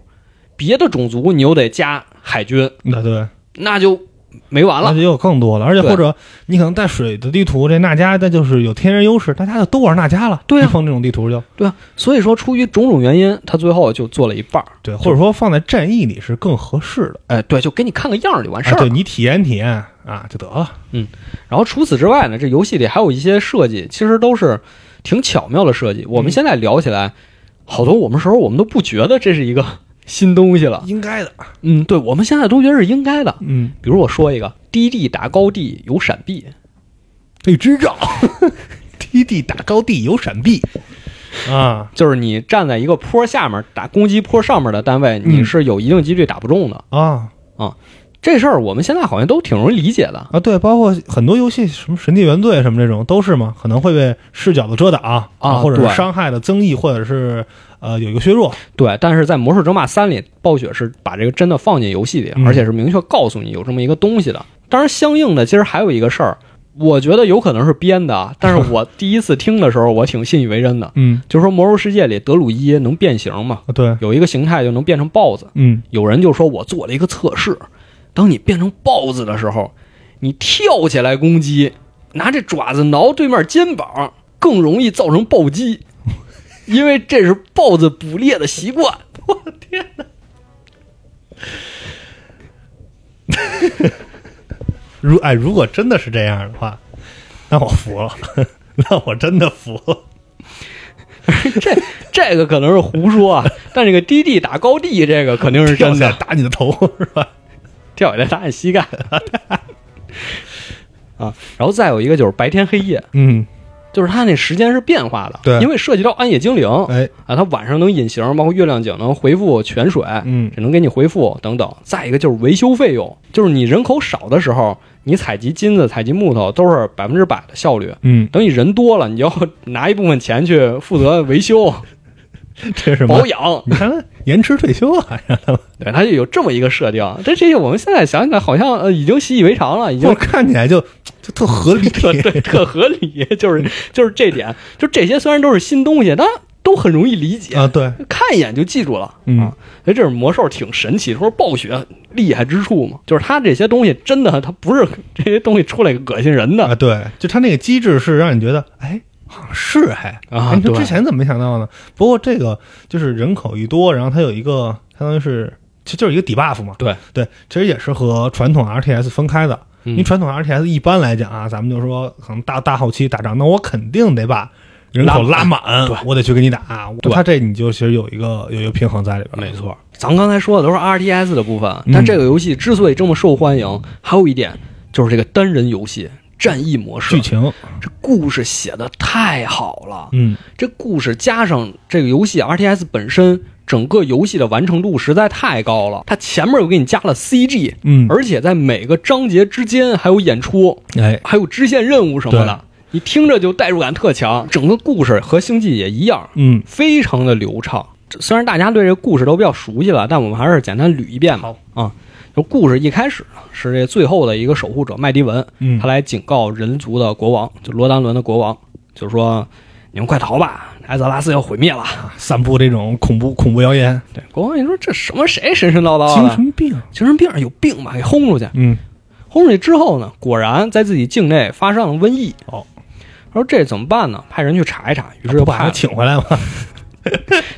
A: 别的种族你又得加海军，
B: 那对，
A: 那就没完了。
B: 而且有更多了，而且
A: 对
B: 或者你可能带水的地图，这那家那就是有天然优势，大家就都玩那家了，
A: 对啊
B: 一碰这种地图就
A: 对啊，所以说出于种种原因，他最后就做了一半儿。
B: 对，或者说放在战役里是更合适的，
A: 哎，对，就给你看个样儿就完事
B: 哎，
A: 儿了。
B: 对你体验体验啊就得了，
A: 然后除此之外呢，这游戏里还有一些设计，其实都是挺巧妙的设计。我们现在聊起来，好多我们时候我们都不觉得这是一个 新东西了。
B: 啊应该的，
A: 嗯，对，我们现在都觉得是应该的。
B: 嗯，
A: 比如我说一个，低地打高地有闪避，
B: 哎，真绕， 低地打高地有闪避啊
A: 就是你站在一个坡下面打攻击坡上面的单位，
B: 嗯
A: 你是有一定几率打不中的。
B: 啊
A: 这事儿我们现在好像都挺容易理解的。
B: 啊，对，包括很多游戏什么神地原罪什么这种都是嘛，可能会被视角的遮挡啊
A: 啊
B: 或者
A: 对
B: 是伤害的增益，或者是呃有一个削弱，
A: 对，但是在《魔兽争霸三》里，暴雪是把这个真的放进游戏里，
B: 嗯
A: 而且是明确告诉你有这么一个东西的。当然，相应的其实还有一个事儿，我觉得有可能是编的啊，但是我第一次听的时候，我挺信以为真的，
B: 嗯，
A: 就是说《魔兽世界》里德鲁伊能变形嘛，
B: 啊对，
A: 有一个形态就能变成豹子。
B: 嗯，
A: 有人就说我做了一个测试，当你变成豹子的时候，你跳起来攻击，拿这爪子挠对面肩膀，更容易造成暴击，因为这是豹子捕猎的习惯。
B: 如哎，如果真的是这样的话，那我服了， 那我真的服了。
A: 这这个可能是胡说啊，但这个低地打高地，这个肯定是真
B: 跳
A: 的
B: 下，打你的头是吧？
A: 跳起来打你膝盖。啊，然后再有一个就是白天黑夜，
B: 嗯，
A: 就是它那时间是变化的，
B: 对
A: 因为涉及到暗夜精灵，
B: 哎，
A: 啊，它晚上能隐形，包括月亮井能回复泉水，
B: 嗯
A: 只能给你回复等等。再一个就是维修费用，就是你人口少的时候，你采集金子、采集木头都是百分之百的效率。
B: 嗯，
A: 等你人多了，你要拿一部分钱去负责维修、
B: 这是什么嗯
A: 保？养，
B: 你看延迟退休 啊，让他们
A: 对，它就有这么一个设定。但这些我们现在想起来，好像呃已经习以为常了，已经
B: 我看起来就就特合理。
A: 特对特合理，就是就是这点，就这些虽然都是新东西，但都很容易理解，
B: 啊，对，
A: 看一眼就记住了。
B: 嗯
A: 啊，所以这是魔兽挺神奇，说暴雪厉害之处嘛，就是它这些东西真的，它不是这些东西出来恶心人的
B: 啊，对，就他那个机制是让你觉得，哎，好像是还
A: 啊
B: 哎你说
A: 对
B: 之前怎么没想到呢？不过这个就是人口一多，然后它有一个相当于是。其实就是一个底 buff 嘛，
A: 对
B: 对，其实也是和传统 RTS 分开的。
A: 嗯
B: 因为传统 RTS 一般来讲啊，咱们就说可能大大后期打仗，那我肯定得把人口
A: 拉
B: 拉满，
A: 对
B: 我得去跟你打。啊
A: 对
B: 他这你就其实有一个有一个平衡在里边。
A: 没错，咱们刚才说的都是 RTS 的部分，
B: 嗯
A: 但这个游戏之所以这么受欢迎，还有一点就是这个单人游戏战役模式
B: 剧，情，
A: 这故事写的太好了。
B: 嗯，
A: 这故事加上这个游戏 RTS 本身，整个游戏的完成度实在太高了。它前面又给你加了 CG，
B: 嗯
A: 而且在每个章节之间还有演出，
B: 哎，
A: 还有支线任务什么的，你听着就代入感特强。整个故事和星际也一样，
B: 嗯，
A: 非常的流畅。这虽然大家对这个故事都比较熟悉了，但我们还是简单捋一遍吧。啊，就故事一开始是这最后的一个守护者麦迪文，
B: 嗯
A: 他来警告人族的国王，就罗丹伦的国王，就说你们快逃吧，艾泽拉斯要毁灭了。
B: 散布这种恐怖恐怖谣言，
A: 对，国王你说这什么谁神神叨叨
B: 精
A: 的？
B: 神病，
A: 精神病有病吧？给轰出去。
B: 嗯，
A: 轰出去之后呢，果然在自己境内发生了瘟疫。
B: 哦，
A: 他说这怎么办呢？派人去查一查。于是就
B: 啊不把
A: 派
B: 他请回来吗？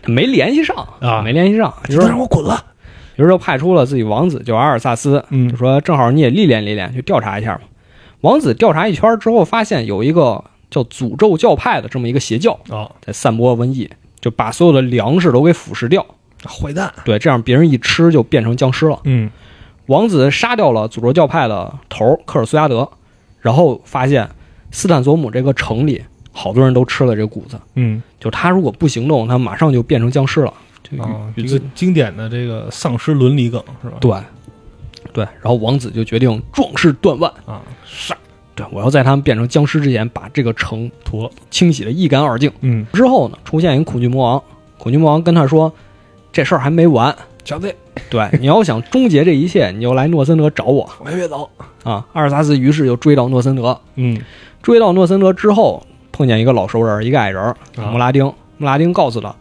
A: 没联系上
B: 啊
A: 没联系上。于
B: 就是让我滚了，
A: 于是就派出了自己王子，就阿尔萨斯，
B: 嗯
A: 就说正好你也历练历练，去调查一下嘛。王子调查一圈之后，发现有一个叫诅咒教派的这么一个邪教
B: 啊，
A: 在散播瘟疫，就把所有的粮食都给腐蚀掉。
B: 坏蛋，
A: 对，这样别人一吃就变成僵尸了。
B: 嗯
A: 王子杀掉了诅咒教派的头儿科尔苏加德，然后发现斯坦索姆这个城里好多人都吃了这谷子，
B: 嗯，
A: 就他如果不行动，他马上就变成僵尸了。就与
B: 啊，
A: 嗯与
B: 一
A: 自
B: 个经典的这个丧尸伦理梗是吧？
A: 对，对，然后王子就决定壮士断腕，
B: 啊，杀
A: 对我要在他们变成僵尸之前把这个城
B: 屠了，
A: 清洗的一干二净。
B: 嗯，
A: 之后呢，出现一个恐惧魔王，恐惧魔王跟他说：“这事儿还没完，
B: 小子，
A: 对，你要想终结这一切，你就来诺森德找我
B: 我别走，
A: 啊！”阿尔萨斯于是就追到诺森德，
B: 嗯
A: 追到诺森德之后，碰见一个老熟人，一个矮人儿，
B: 啊
A: 穆拉丁。穆拉丁告诉他，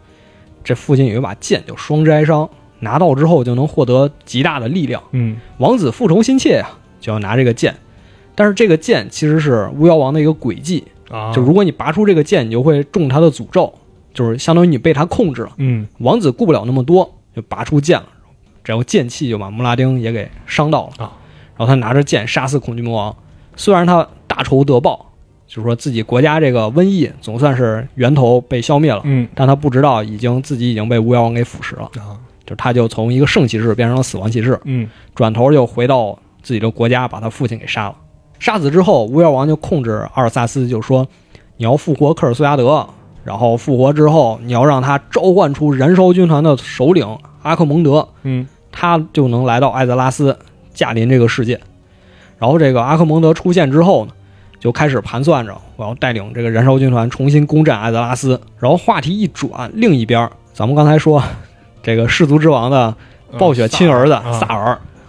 A: 这附近有一把剑，叫双摘伤，拿到之后就能获得极大的力量。
B: 嗯
A: 王子复仇心切呀、就要拿这个剑。但是这个剑其实是巫妖王的一个诡计，
B: 啊，
A: 就如果你拔出这个剑，你就会中他的诅咒，就是相当于你被他控制了。
B: 嗯
A: 王子顾不了那么多，就拔出剑了，然后剑气就把穆拉丁也给伤到了。
B: 啊
A: 然后他拿着剑杀死恐惧魔王，虽然他大仇得报，就是说自己国家这个瘟疫总算是源头被消灭了，
B: 嗯
A: 但他不知道已经自己已经被巫妖王给腐蚀了，
B: 啊
A: 就是他就从一个圣骑士变成了死亡骑士。
B: 嗯
A: 转头又回到自己的国家，把他父亲给杀了。杀死之后，巫妖王就控制阿尔萨斯，就说：“你要复活科尔苏加德，然后复活之后，你要让他召唤出燃烧军团的首领阿克蒙德，
B: 嗯
A: 他就能来到艾泽拉斯，驾临这个世界。”然后这个阿克蒙德出现之后呢，就开始盘算着我要带领这个燃烧军团重新攻占艾泽拉斯。然后话题一转，另一边，咱们刚才说这个氏族之王的
B: 嗯
A: 暴雪亲儿子萨
B: 萨
A: 尔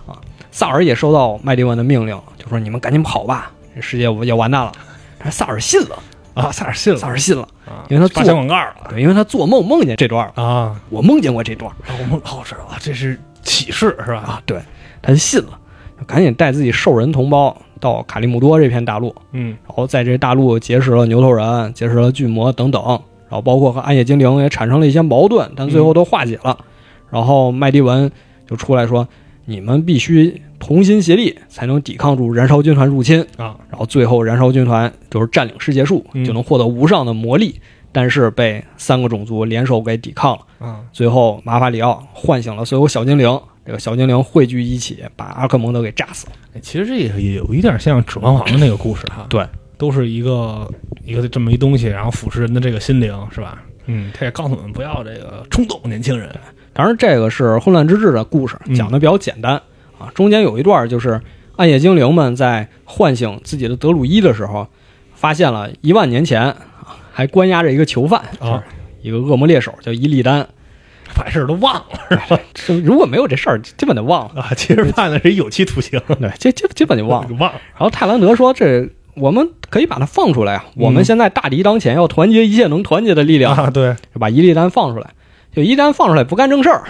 A: 啊，萨尔也收到麦迪文的命令，就说你们赶紧跑吧，这世界要完蛋了。但是萨尔信了，
B: 啊，萨尔信
A: 萨
B: 了，
A: 尔信了，
B: 啊
A: 因为他
B: 发
A: 做
B: 小广告了
A: 对，因为他做梦梦见这段儿，
B: 啊，
A: 我梦见过这段儿
B: 我们老师啊，这是启示是吧？
A: 啊，对，他就信了，就赶紧带自己兽人同胞到卡利姆多这片大陆，
B: 嗯
A: 然后在这大陆结识了牛头人，结识了巨魔等等，然后包括和暗夜精灵也产生了一些矛盾，但最后都化解了。
B: 嗯
A: 然后麦迪文就出来说：“你们必须同心协力，才能抵抗住燃烧军团入侵。
B: 啊”
A: 然后最后燃烧军团就是占领世界树，
B: 嗯
A: 就能获得无上的魔力，但是被三个种族联手给抵抗了。
B: 啊
A: 最后马法里奥唤醒了所有小精灵，这个小精灵汇聚一起，把阿克蒙德给炸死了。
B: 哎其实这个也有一点像《指环王》的那个故事哈，
A: 对，
B: 都是一个一个这么一东西，然后腐蚀人的这个心灵，是吧？嗯，他也告诉我们不要这个冲动，年轻人。
A: 当然，这个是混乱之治的故事，
B: 嗯
A: 讲的比较简单、啊。中间有一段就是暗夜精灵们在唤醒自己的德鲁伊的时候，发现了一万年前啊还关押着一个囚犯，
B: 啊
A: 就是一个恶魔猎手叫伊利丹。
B: 把事儿都忘了
A: 这如果没有这事儿，基本就 忘了。
B: 啊！其实判的是有期徒刑，
A: 对，这这基本就忘了。
B: 给忘了。
A: 然后泰兰德说：“这我们可以把他放出来啊！我
B: 嗯
A: 们现在大敌当前，要团结一切能团结的力量。
B: 啊，对，
A: 就把伊利丹放出来。就伊利丹放出来不干正事儿，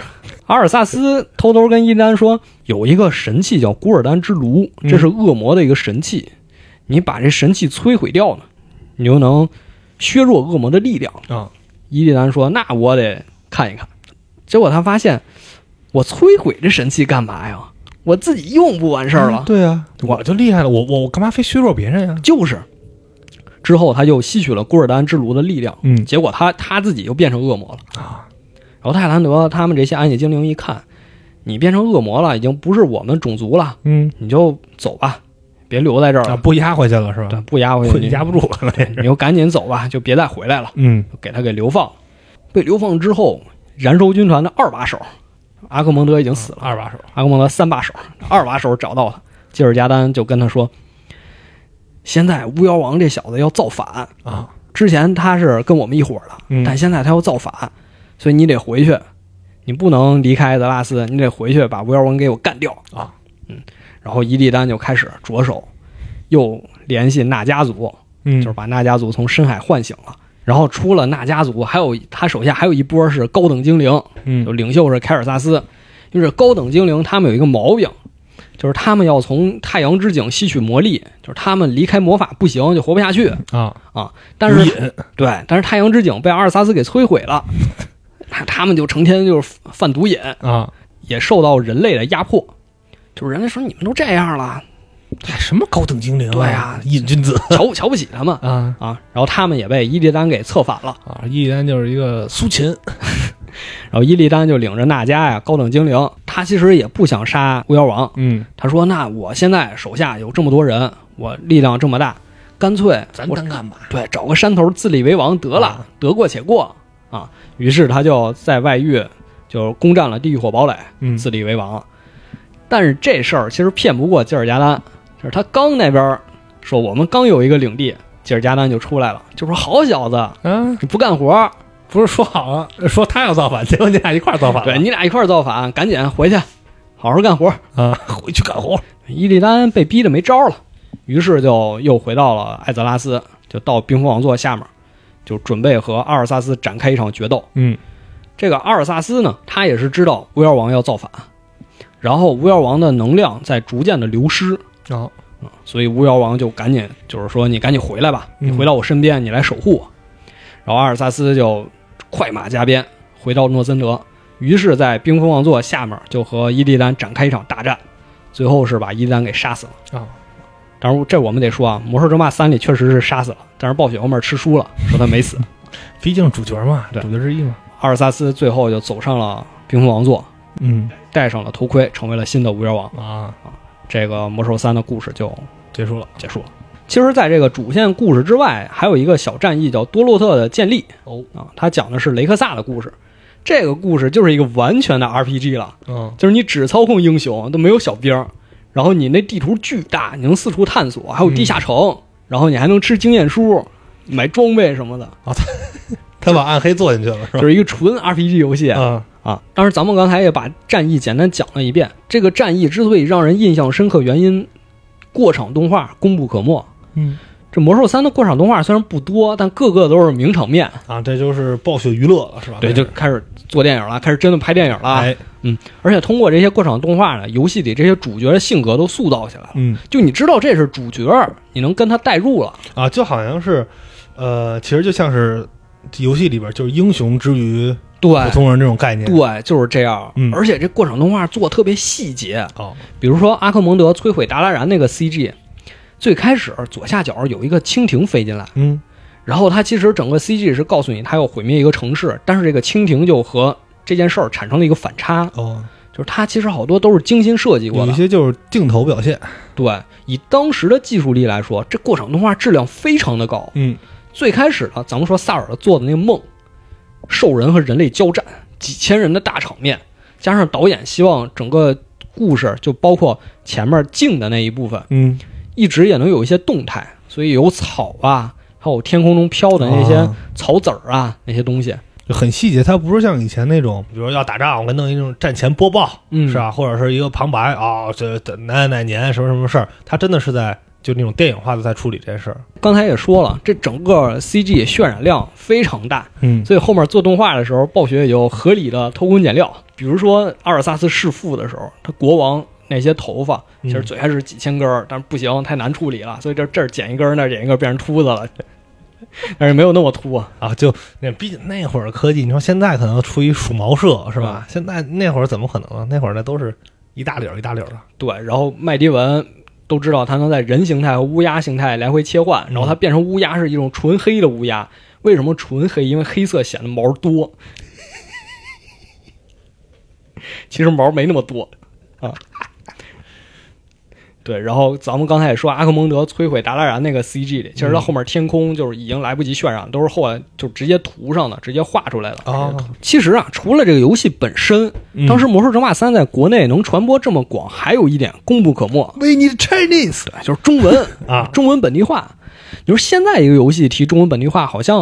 A: 阿尔萨斯偷偷跟伊利丹说，有一个神器叫古尔丹之炉，
B: 嗯
A: 这是恶魔的一个神器，你把这神器摧毁掉呢，你就能削弱恶魔的力量。
B: 啊，
A: 伊利丹说，那我得看一看。结果他发现，我摧毁这神器干嘛呀？我自己用不完事儿了。
B: 对啊，我就厉害了，我我我干嘛非削弱别人啊呀？
A: 就是，之后他就吸取了古尔丹之炉的力量，
B: 嗯
A: 结果他他自己又变成恶魔了。
B: 啊，
A: 然后泰兰德他们这些暗夜精灵一看，你变成恶魔了，已经不是我们种族了，
B: 嗯
A: 你就走吧，别留在这儿
B: 啊，
A: 了。
B: 不压回去了是
A: 对，
B: 吧？
A: 啊不压回去，
B: 困
A: 你
B: 压不住了，那
A: 你
B: 是。
A: 就赶紧走吧，就别再回来了，
B: 嗯
A: 就给他给流放了。被流放之后，燃烧军团的二把手阿克蒙德已经死了，
B: 二把手
A: 阿克蒙德三把手，二把手找到他，吉尔加丹就跟他说：“现在巫妖王这小子要造反，
B: 啊，
A: 之前他是跟我们一伙儿的，
B: 嗯
A: 但现在他要造反，所以你得回去，你不能离开艾泽拉斯，你得回去把巫妖王给我干掉
B: 啊！
A: 嗯，然后伊利丹就开始着手，又联系纳家族，
B: 嗯
A: 就是把纳家族从深海唤醒了。然后除了纳家族，还有他手下还有一波是高等精灵，就
B: 嗯
A: 领袖是凯尔萨斯。就是高等精灵，他们有一个毛病，就是他们要从太阳之井吸取魔力，就是他们离开魔法不行，就活不下去。
B: 啊，
A: 但是
B: 无瘾
A: 对，但是太阳之井被阿尔萨斯给摧毁了，他他们就成天就是贩毒瘾，
B: 啊
A: 也受到人类的压迫。就是人类说你们都这样了，
B: 哎什么高等精灵
A: 对
B: 啊
A: 啊，
B: 瘾君子
A: 瞧瞧不 起他们
B: 啊
A: 啊。然后他们也被伊利丹给策反了，
B: 啊！伊利丹就是一个苏秦，
A: 然后伊利丹就领着娜迦呀、高等精灵，他其实也不想杀巫妖王，
B: 嗯，
A: 他说：“那我现在手下有这么多人，我力量这么大，干脆
B: 咱
A: 我
B: 单干吧。
A: 对找个山头自立为王得了，
B: 啊
A: 得过且过啊。”于是他就在外域就攻占了地狱火堡垒，
B: 嗯
A: 自立为王。但是这事儿其实骗不过吉尔加丹，就是他刚那边说我们刚有一个领地，吉尔加丹就出来了，就说：“好小子，
B: 啊，
A: 你不干活，
B: 不是说好了说他要造反，结果你俩一块儿造反
A: 对
B: 了
A: 你俩一块儿造反，赶紧啊回去，好好干活。”
B: 啊！回去干活
A: 伊利丹被逼得没招了，于是就又回到了艾泽拉斯，就到冰封王座下面，就准备和阿尔萨斯展开一场决斗。
B: 嗯
A: 这个阿尔萨斯呢，他也是知道巫妖王要造反，然后巫妖王的能量在逐渐的流失，
B: 哦，
A: 所以巫妖王就赶紧就是说你赶紧回来吧，
B: 嗯
A: 你回到我身边，你来守护我。然后阿尔萨斯就快马加鞭回到诺森德，于是，在冰封王座下面就和伊利丹展开一场大战，最后是把伊利丹给杀死了。
B: 啊，
A: 当然，这我们得说啊，《魔兽争霸三》里确实是杀死了，但是暴雪后面吃书了，说他没死。
B: 毕竟主角嘛，
A: 对
B: 主角之一嘛。
A: 阿尔萨斯最后就走上了冰封王座，
B: 嗯
A: 戴上了头盔，成为了新的无妖王。
B: 啊，
A: 这个《魔兽三》的故事就
B: 结束了。
A: 结束了。其实，在这个主线故事之外，还有一个小战役叫多洛特的建立
B: 哦
A: 啊，它讲的是雷克萨的故事。这个故事就是一个完全的 RPG 了，
B: 嗯
A: 就是你只操控英雄，都没有小兵儿，然后你那地图巨大，你能四处探索，还有地下城，
B: 嗯
A: 然后你还能吃经验书、买装备什么的。
B: 他把暗黑做进去了是吧？
A: 就是一个纯 RPG 游戏
B: 啊，
A: 啊。当然，咱们刚才也把战役简单讲了一遍。这个战役之所以让人印象深刻，原因过场动画功不可没。
B: 嗯
A: 这《魔兽三》的过场动画虽然不多，但个个都是名场面。
B: 啊，这就是暴雪娱乐了是吧？
A: 对，就啊开始做电影了，开始真的拍电影了。
B: 哎，
A: 而且通过这些过场动画呢，游戏里这些主角的性格都塑造起来了。
B: 嗯
A: 就你知道这是主角，你能跟他代入了。
B: 啊，就好像是，呃，其实就像是游戏里边就是英雄之于
A: 对
B: 普通人这种概念。
A: 对，就是这样。
B: 嗯
A: 而且这过场动画做得特别细节，
B: 哦，
A: 比如说阿克蒙德摧毁达拉然那个 CG，最开始左下角有一个蜻蜓飞进来，
B: 嗯
A: 然后它其实整个 CG 是告诉你它要毁灭一个城市，但是这个蜻蜓就和这件事儿产生了一个反差，
B: 哦，
A: 就是它其实好多都是精心设计过
B: 有一
A: 的。
B: 些就是镜头表现。
A: 对，以当时的技术力来说，这过场动画质量非常的高。
B: 嗯
A: 最开始呢，咱们说萨尔做的那个梦，兽人和人类交战，几千人的大场面，加上导演希望整个故事就包括前面静的那一部分。
B: 嗯，
A: 一直也能有一些动态，所以有草啊，还有天空中飘的那些
B: 啊
A: 草籽儿啊，那些东西。
B: 就很细节，它不是像以前那种，比如要打仗，我给弄一种战前播报，
A: 嗯
B: 是吧？或者是一个旁白啊、哦，这这哪哪年什么什么事儿，它真的是在就那种电影化的在处理这件事儿。
A: 刚才也说了，这整个 CG 渲染量非常大，
B: 嗯
A: 所以后面做动画的时候，暴雪也就合理的偷工减料。比如说阿尔萨斯弑父的时候，他国王那些头发其实最开始几千根儿，但是不行，太难处理了，所以这这儿剪一根儿，那儿剪一根儿，变成秃子了。 但是没有那么秃啊，
B: 啊，就那毕竟那会儿科技，你说现在可能出于鼠毛社是吧？现在那会儿怎么可能啊？那会儿那都是一大绺儿一大绺儿的。
A: 对。然后麦迪文都知道，他能在人形态和乌鸦形态来回切换，然后它变成乌鸦是一种纯黑的乌鸦。为什么纯黑？因为黑色显得毛多， 其实毛没那么多啊。对，然后咱们刚才也说，阿克蒙德摧毁达拉然那个 CG 里，其实它后面天空就是已经来不及渲染，都是后来就直接涂上的，直接画出来的。
B: 哦
A: 其实啊，除了这个游戏本身，
B: 嗯
A: 当时《魔兽争霸三》在国内能传播这么广，还有一点功不可没，
B: We need Chinese
A: 就是中文
B: 啊
A: 中文本地化。你说现在一个游戏提中文本地化，好像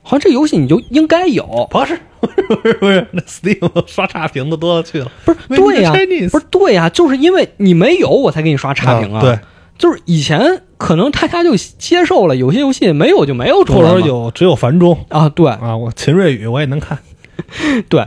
A: 好像这游戏你就应该有，
B: 不是 不是不是不是，那 Steam 刷差评的多了去了。
A: 不是
B: We need
A: 对呀、
B: Chinese
A: 不是对呀、就是因为你没有，我才给你刷差评啊。
B: 对，，
A: 就是以前可能大家就接受了，有些游戏没有就没有中
B: 或者
A: 文
B: 说
A: 嘛
B: 有只有繁中
A: 啊，对
B: 啊，我秦瑞宇我也能看。
A: 对。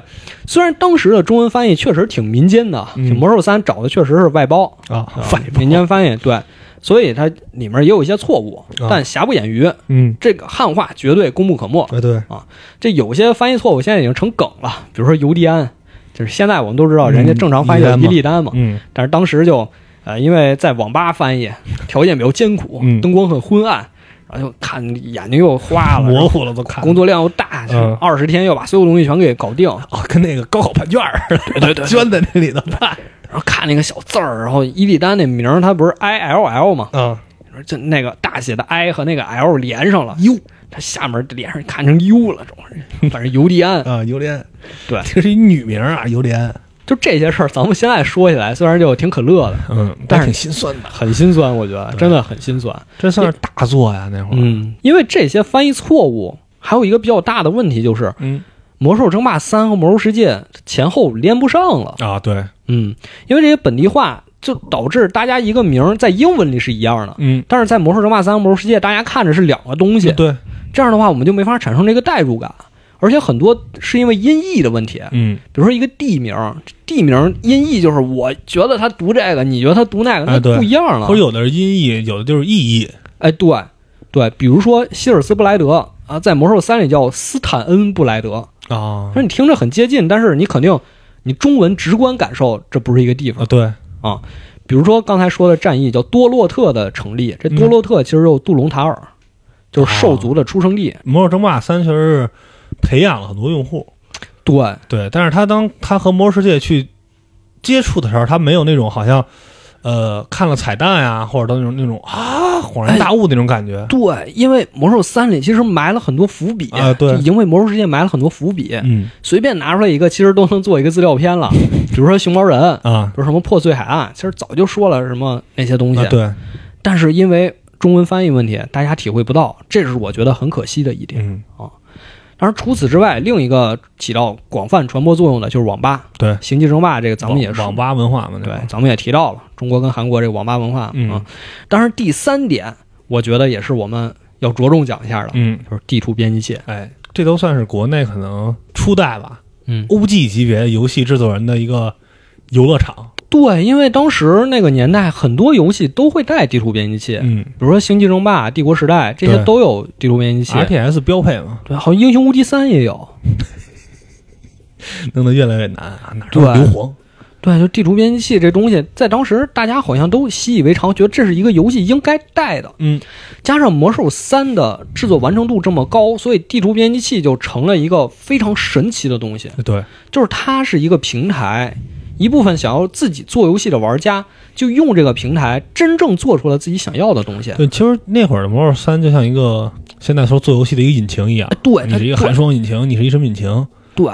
A: 虽然当时的中文翻译确实挺民间的，
B: 嗯
A: 就魔兽三》找的确实是外包，
B: 啊，
A: 翻译民间翻译对，所以它里面也有一些错误，
B: 啊
A: 但瑕不掩瑜。
B: 嗯，
A: 这个汉化绝对功不可没。
B: 对哎对，
A: 这有些翻译错误现在已经成梗了，比如说尤迪安，就是现在我们都知道人家正常翻译叫
B: 嗯
A: 伊利丹嘛，
B: 嗯
A: 但是当时就呃，因为在网吧翻译条件比较艰苦，
B: 嗯
A: 灯光很昏暗，然后就看眼睛又花了，然
B: 模
A: 后
B: 糊了都看
A: 工作量又大
B: 嗯，
A: 二十、天要把所有东西全给搞定，
B: 哦，跟那个高考判卷儿对对对， 捐在那里头办
A: 然后看那个小字儿，然后伊利丹那名儿，它不是 I L L 吗？
B: 啊，
A: 说这那个大写的 I 和那个 L 连上了 U，它下面脸上看成 U 了，这玩意儿反正尤迪安
B: 啊，尤莲，
A: 对
B: 这是一女名儿啊，尤莲，
A: 就这些事儿，咱们现在说起来，虽然就挺可乐的，
B: 嗯，
A: 但是
B: 挺心酸的，
A: 很心酸，我觉得真的很心酸。
B: 这算是大作呀，那会儿，
A: 嗯，因为这些翻译错误，还有一个比较大的问题就是《
B: 嗯
A: 魔兽争霸三》和《魔兽世界》前后连不上了。
B: 啊，对，
A: 嗯，因为这些本地化，就导致大家一个名儿在英文里是一样的，
B: 嗯，
A: 但是在《魔兽争霸三》《魔兽世界》，大家看着是两个东西。
B: 对，
A: 这样的话，我们就没法产生这个代入感。而且很多是因为音译的问题，
B: 嗯，
A: 比如说一个地名，地名音译就是我觉得他读这个，你觉得他读那个，
B: 哎
A: 那
B: 对
A: 不一样了
B: 或者。有的是音译，有的就是意译，
A: 哎，对，对，比如说希尔斯布莱德啊，在《魔兽三》里叫斯坦恩布莱德，
B: 啊
A: 说你听着很接近，但是你肯定你中文直观感受这不是一个地方
B: 啊，。对，
A: 比如说刚才说的战役叫多洛特的成立，这多洛特其实就是杜隆塔尔，就是兽族的出生地。
B: 《魔兽争霸三》确实是培养了很多用户，
A: 对，
B: 对，但是他当他和《魔兽世界》去接触的时候，他没有那种好像呃看了彩蛋呀，或者到那种那种啊恍
A: 哎
B: 然大悟那种感觉，
A: 对，因为《魔兽三》里其实埋了很多伏笔
B: 啊对
A: 就已经为《魔兽世界》埋了很多伏笔，
B: 嗯
A: 随便拿出来一个，其实都能做一个资料片 了。比如说熊猫人，
B: 啊
A: 比如什么破碎海岸，其实早就说了什么那些东西，
B: 啊对，
A: 但是因为中文翻译问题，大家体会不到，这是我觉得很可惜的一点。
B: 嗯
A: 当然，除此之外，另一个起到广泛传播作用的就是网吧，
B: 对
A: 《星际争霸》这个咱们也
B: 网
A: 说
B: 网吧文化嘛，那
A: 对
B: 种，
A: 咱们也提到了中国跟韩国这个网吧文化
B: 嗯
A: 啊。当然，第三点，我觉得也是我们要着重讲一下的，
B: 嗯，
A: 就是地图编辑器。
B: 哎，这都算是国内可能初代吧
A: 嗯，
B: ，OG 级别游戏制作人的一个游乐场，
A: 对，因为当时那个年代，很多游戏都会带地图编辑器，
B: 嗯
A: 比如说《星际争霸》《帝国时代》这些
B: 对
A: 都有地图编辑器。
B: ，RTS 标配嘛，
A: 对，好像《英雄无敌三》也有。
B: 弄得越来越难啊，哪儿都是
A: 对
B: 硫磺，
A: 对，就地图编辑器这东西，在当时大家好像都习以为常，觉得这是一个游戏应该带的。
B: 嗯，
A: 加上《魔兽三》的制作完成度这么高，所以地图编辑器就成了一个非常神奇的东西。
B: 对，
A: 就是它是一个平台，一部分想要自己做游戏的玩家，就用这个平台真正做出了自己想要的东西。
B: 对，其实那会儿的《魔兽三》就像一个现在说做游戏的一个引擎一样
A: 哎，对，
B: 你
A: 它
B: 是一个
A: 对
B: 寒霜引擎，你是一什么引擎？
A: 对。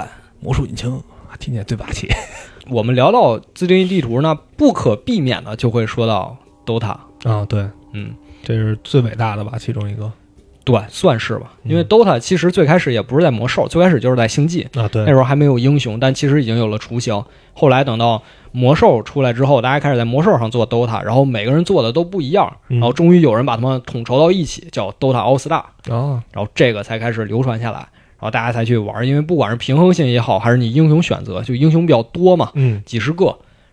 B: 魔术引擎，啊听起来最霸气。
A: 我们聊到自定义地图呢，不可避免的就会说到 DOTA，
B: 啊，对，
A: 嗯，
B: 这是最伟大的吧，其中一个
A: 对，算是吧，因为
B: 嗯
A: DOTA 其实最开始也不是在魔兽，最开始就是在星际，
B: 啊，对
A: 那时候还没有英雄，但其实已经有了雏形。后来等到魔兽出来之后，大家开始在魔兽上做 DOTA，然后每个人做的都不一样，
B: 嗯
A: 然后终于有人把他们统筹到一起，叫 DOTA All Star，
B: 啊，
A: 然后这个才开始流传下来，然后大家才去玩。因为不管是平衡性也好，还是你英雄选择，就英雄比较多嘛，
B: 嗯，
A: 几十个，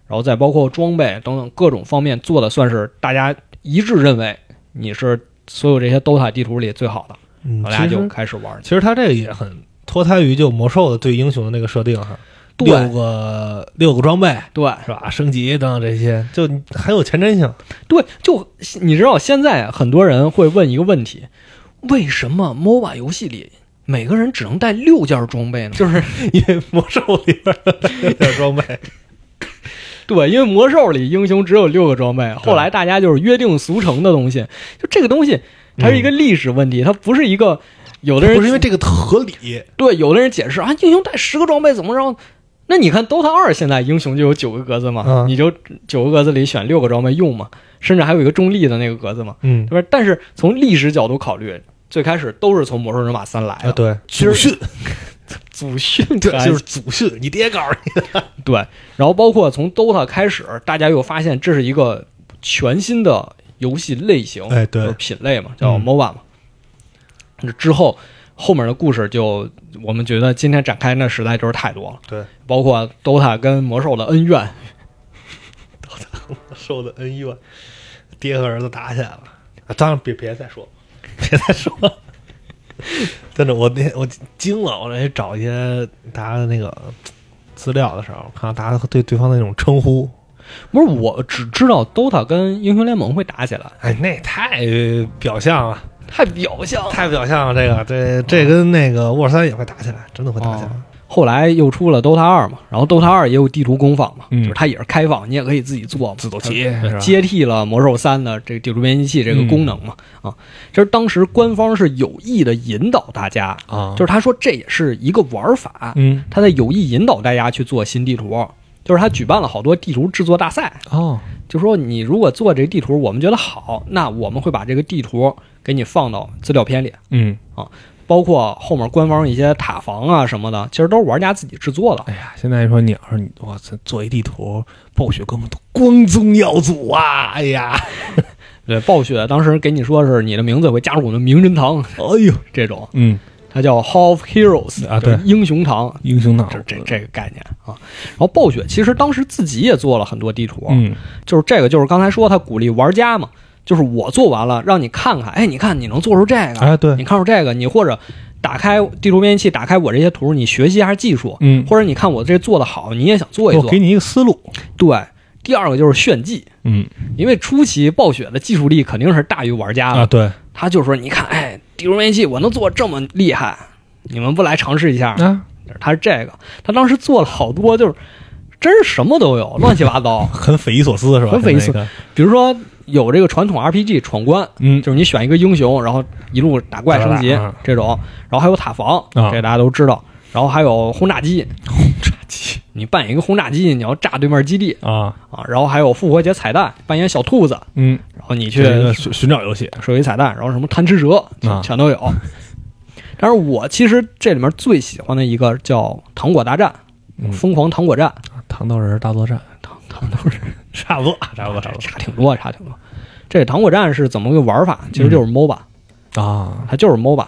A: 然后再包括装备等等各种方面做的，算是大家一致认为你是所有这些 DOTA 地图里最好的，
B: 嗯
A: 然后大家
B: 其
A: 就
B: 实
A: 开始玩。
B: 其实它这个也很脱胎于就魔兽的对英雄的那个设定哈，六
A: 对
B: 个六个装备
A: 对
B: 是吧，升级等等这些，就很有前瞻性。
A: 对，就你知道现在很多人会问一个问题：为什么 MOBA 游戏里？每个人只能带六件装备呢，就是
B: 因为魔兽里边的那装备，
A: 对，因为魔兽里英雄只有六个装备，后来大家就是约定俗成的东西。就这个东西，它是一个历史问题，它不是一个有的人
B: 嗯不是因为这个合理，
A: 对有的人解释啊，英雄带十个装备怎么着？那你看 DOTA 二现在英雄就有九个格子嘛，
B: 嗯
A: 你就九个格子里选六个装备用嘛，甚至还有一个中立的那个格子嘛，
B: 嗯
A: 对吧？但是从历史角度考虑，最开始都是从《魔兽争霸三》来的，
B: 啊，对，
A: 其实
B: 祖训，
A: 祖训
B: 对，
A: 对，
B: 就是祖训，你爹告诉你，
A: 对。然后包括从 DOTA 开始，大家又发现这是一个全新的游戏类型，
B: 哎对
A: 就是品类嘛，叫
B: 嗯
A: MOBA 嘛。那之后后面的故事就，我们觉得今天展开那实在就是太多了，
B: 对，
A: 包括 DOTA 跟魔兽的恩怨，
B: 受的恩怨，爹和儿子打起来了。啊、当然别别再说，别再说。真的，我那我惊了，我来找一些大家的那个资料的时候，看到大家对对方的那种称呼，
A: 不是，我只知道 DOTA 跟英雄联盟会打起来，
B: 哎，那太表象了，
A: 太表象了。
B: 太表象了。这个，这这跟那个沃尔三也会打起来，真的会打起来。
A: 哦后来又出了 DOTA 二嘛，然后 DOTA 二也有地图工坊嘛，
B: 嗯
A: 就是它也是开放，你也可以自己做嘛，自走
B: 棋是吧
A: 接替了魔兽三的这个地图编辑器这个功能嘛，啊，就是当时官方是有意的引导大家，
B: 啊
A: 就是他说这也是一个玩法，
B: 嗯，
A: 他在有意引导大家去做新地图，就是他举办了好多地图制作大赛，
B: 哦，
A: 就说你如果做这地图，我们觉得好，那我们会把这个地图给你放到资料片里，啊
B: 嗯，
A: 包括后面官方一些塔防啊什么的，其实都是玩家自己制作的。
B: 哎呀，现在说你要是你，我操，做一地图，暴雪哥们都光宗耀祖啊！哎呀，
A: 对，暴雪当时给你说是你的名字会加入我们名人堂
B: 哎呦，
A: 这种，
B: 嗯，
A: 它叫 Hall of Heroes
B: 啊
A: 就是
B: 对
A: 英雄堂，
B: 英雄党
A: 这这这个概念啊。然后暴雪其实当时自己也做了很多地图，啊
B: 嗯，
A: 就是这个就是刚才说他鼓励玩家嘛，就是我做完了让你看看，哎，你看你能做出这个，
B: 哎，对，
A: 你看出这个，你或者打开地图编辑器，打开我这些图，你学习一下技术，
B: 嗯，
A: 或者你看我这做的好，你也想做一
B: 我
A: 做
B: 给。你一个思路，
A: 对，第二个就是炫技，
B: 嗯
A: 因为初期暴雪的技术力肯定是大于玩家的，
B: 啊，对
A: 他就说，你看，哎，地图编辑器我能做这么厉害，你们不来尝试一下？
B: 啊，。
A: 他是这个，他当时做了好多，就是真是什么都有，乱七八糟
B: 很匪夷所思是吧？
A: 很匪夷所
B: 思，
A: 比如说有这个传统 RPG 闯关，
B: 嗯，
A: 就是你选一个英雄，然后一路打怪升级
B: 打打打嗯
A: 这种，然后还有塔防，
B: 啊
A: 这个大家都知道，然后还有轰炸机，
B: 炸鸡
A: 你扮演一个轰炸机，你要炸对面基地
B: 啊，
A: 啊，然后还有复活节彩蛋，扮演小兔子，
B: 嗯，
A: 然后你去
B: 这是一个寻寻找游戏，
A: 手机彩蛋，然后什么贪吃蛇
B: 啊
A: 全全都有。但是我其实这里面最喜欢的一个叫《糖果大战》
B: 嗯
A: 疯狂糖果战》，
B: 糖豆人大作战，
A: 糖糖都是
B: 差不多，差不多，差不
A: 差挺多，差挺多。这糖果战是怎么个玩法？其实就是
B: 嗯
A: MOBA，、
B: 多啊，
A: 它就是 MOBA。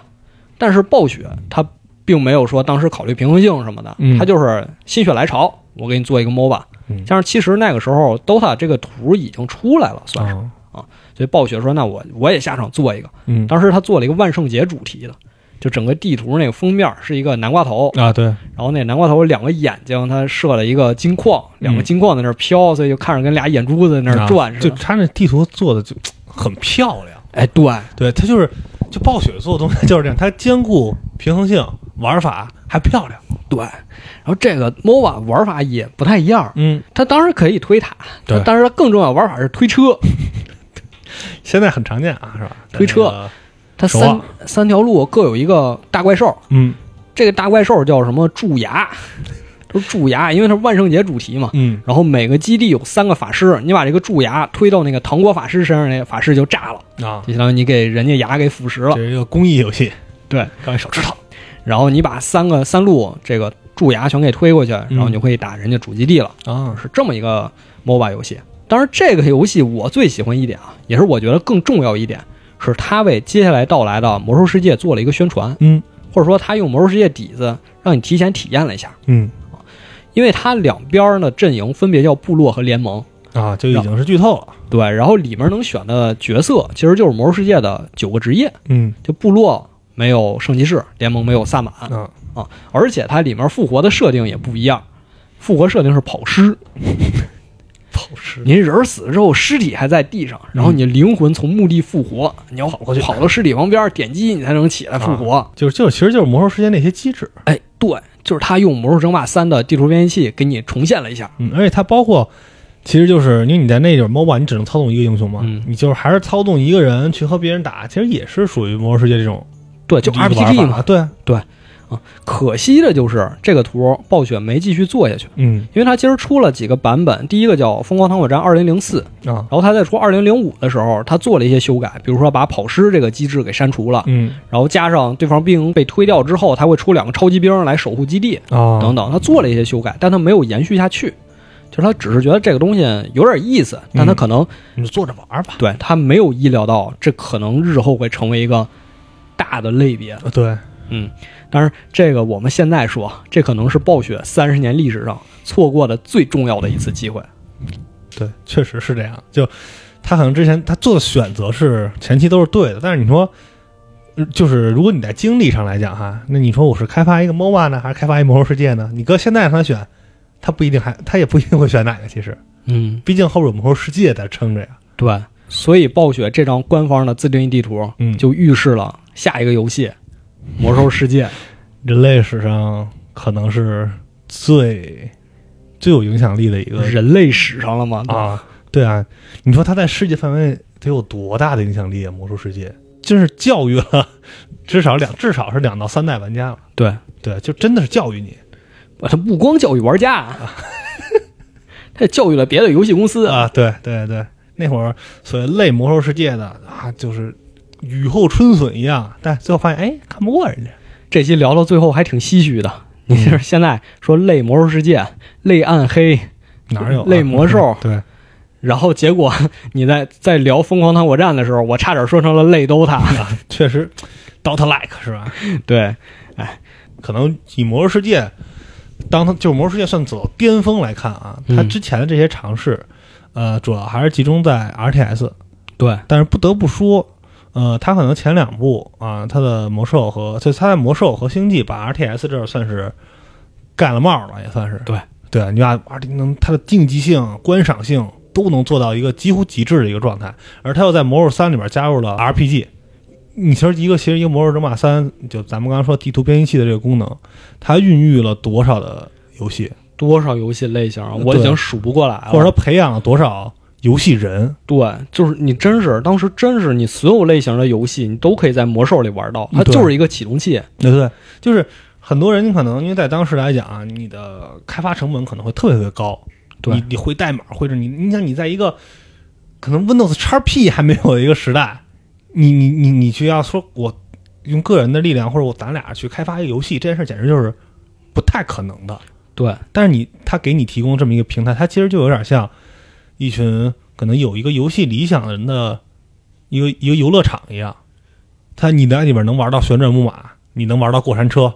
A: 但是暴雪它并没有说当时考虑平衡性什么的，
B: 嗯
A: 它就是心血来潮，我给你做一个 MOBA
B: 嗯。
A: 加上其实那个时候 DOTA 这个图已经出来了，算是，
B: 啊，
A: 所以暴雪说那我我也下场做一个。
B: 嗯
A: 当时他做了一个万圣节主题的，就整个地图那个封面是一个南瓜头，
B: 啊，对，
A: 然后那南瓜头两个眼睛，他射了一个金矿，两个金矿在那儿飘，所以就看着跟俩眼珠子在那儿转
B: 嗯啊
A: 似
B: 就
A: 的。
B: 他那地图做的就很漂亮。
A: 哎，对，
B: 对，它就是就暴雪做的东西就是这样，它兼顾平衡性、玩法，还漂亮。
A: 对，然后这个 MOBA 玩法也不太一样，
B: 嗯，
A: 它当然可以推塔，
B: 对
A: 但是它更重要的玩法是推车，
B: 现在很常见啊，是吧？
A: 推车
B: 在那个，
A: 它
B: 手
A: 三
B: 啊
A: 三条路各有一个大怪兽，
B: 嗯
A: 这个大怪兽叫什么蛀牙，都是蛀牙，因为它是万圣节主题嘛，
B: 嗯，
A: 然后每个基地有三个法师，你把这个蛀牙推到那个糖果法师身上，那个法师就炸了，
B: 啊，
A: 就相当于你给人家牙给腐蚀
B: 这
A: 了。
B: 是一个公益游戏，
A: 对，
B: 刚才手指头。
A: 然后你把三个三路这个蛀牙全给推过去，然
B: 嗯
A: 后你就可以打人家主基地了。
B: 啊，
A: 是这么一个 MOBA 游戏。当然，这个游戏我最喜欢一点啊，也是我觉得更重要一点，是它为接下来到来的《魔兽世界》做了一个宣传，
B: 嗯
A: 或者说它用《魔兽世界》底子让你提前体验了一下，
B: 嗯
A: 因为它两边儿的阵营分别叫部落和联盟。
B: 啊，就已经是剧透了。
A: 对，然后里面能选的角色其实就是《魔兽世界》的九个职业，
B: 嗯
A: 就部落没有圣骑士，联盟没有萨满，
B: 啊，
A: 而且它里面复活的设定也不一样，复活设定是跑尸，
B: 跑尸
A: 您人死了之后尸体还在地上，然后你灵魂从墓地复活，你要跑
B: 嗯过去啊
A: 跑到尸体旁边点击你才能起来复活。
B: 就是就是，其实就是魔兽世界那些机制。
A: 哎，对，就是他用《魔兽争霸三》的地图编辑器给你重现了一下。
B: 嗯，而且它包括，其实就是因为你在那种 MOBA，你只能操纵一个英雄嘛，
A: 嗯
B: 你就是还是操纵一个人去和别人打，其实也是属于魔兽世界这种
A: 对，就
B: 一个玩法
A: RPG 嘛。
B: 对，
A: 可惜的就是这个图暴雪没继续做下去。
B: 嗯
A: 因为它其实出了几个版本，第一个叫《疯狂糖果战二零零四》，
B: 啊，
A: 然后它在出二零零五的时候，它做了一些修改，比如说把跑尸这个机制给删除了，
B: 嗯
A: 然后加上对方兵被推掉之后，它会出两个超级兵来守护基地
B: 啊，
A: 等等，它做了一些修改，但它没有延续下去。就是它只是觉得这个东西有点意思，但
B: 嗯
A: 它可能、
B: 你就坐着玩儿吧。
A: 对它没有意料到这可能日后会成为一个大的类别。
B: 呃对，
A: 当然，这个我们现在说，这可能是暴雪三十年历史上错过的最重要的一次机会。
B: 对，确实是这样。就他可能之前他做的选择是前期都是对的，但是你说，呃就是如果你在经历上来讲哈，那你说我是开发一个 MOBA 呢，还是开发一魔兽世界呢？你搁现在让他选，他不一定还他也不一定会选哪个。其实
A: 嗯，
B: 毕竟后边有魔兽世界在撑着呀。
A: 对，所以暴雪这张官方的自定义地图
B: 嗯
A: 就预示了下一个游戏《魔兽世界》
B: 人类史上可能是最最有影响力的一个
A: 人类史上了吗？
B: 啊，对啊，你说他在世界范围得有多大的影响力啊？魔兽世界真是教育了至少两至少是两到三代玩家了，
A: 对，
B: 对，就真的是教育你
A: 他不光教育玩家 啊，他也教育了别的游戏公司
B: 啊，对对对，那会儿所谓类魔兽世界的啊，就是雨后春笋一样，但最后发现哎看不过人家，
A: 这期聊到最后还挺唏嘘的。
B: 嗯
A: 你就是现在说类魔兽世界、类暗黑，
B: 哪有啊
A: 类魔兽
B: 对，
A: 然后结果你在在聊疯狂糖果站的时候，我差点说成了类 DOTA。
B: 啊确实 Dota like 是吧？
A: 对，
B: 可能以魔兽世界，当它就是魔兽世界算走到巅峰来看啊，它
A: 嗯
B: 之前的这些尝试，呃，主要还是集中在 RTS，
A: 对，
B: 但是不得不说，呃，它可能前两部啊，它的魔兽和就它的魔兽和星际把 RTS 这儿算是盖了帽了，也算是
A: 对
B: 对，你把把这能它的竞技性、观赏性都能做到一个几乎极致的一个状态，而它又在魔兽三里边加入了 RPG。你其实一个其实一个魔兽争霸三，就咱们刚刚说地图编辑器的这个功能，它孕育了多少的游戏，
A: 多少游戏类型啊我已
B: 对
A: 经数不过来了。
B: 或者说培养了多少游戏人？
A: 对，就是你真是当时真是你所有类型的游戏，你都可以在魔兽里玩到，它
B: 对
A: 就是一个启动器。
B: 对不对？就是很多人，你可能因为在当时来讲啊，你的开发成本可能会特别特别高。
A: 对
B: 你你会代码，或者你你想你在一个可能 Windows XP 还没有的一个时代，你你你你去要说我用个人的力量，或者我咱俩去开发一个游戏，这件事简直就是不太可能的。
A: 对，
B: 但是你他给你提供这么一个平台，它其实就有点像一群可能有一个游戏理想的人的一个一个游乐场一样。它你在里边能玩到旋转木马，你能玩到过山车，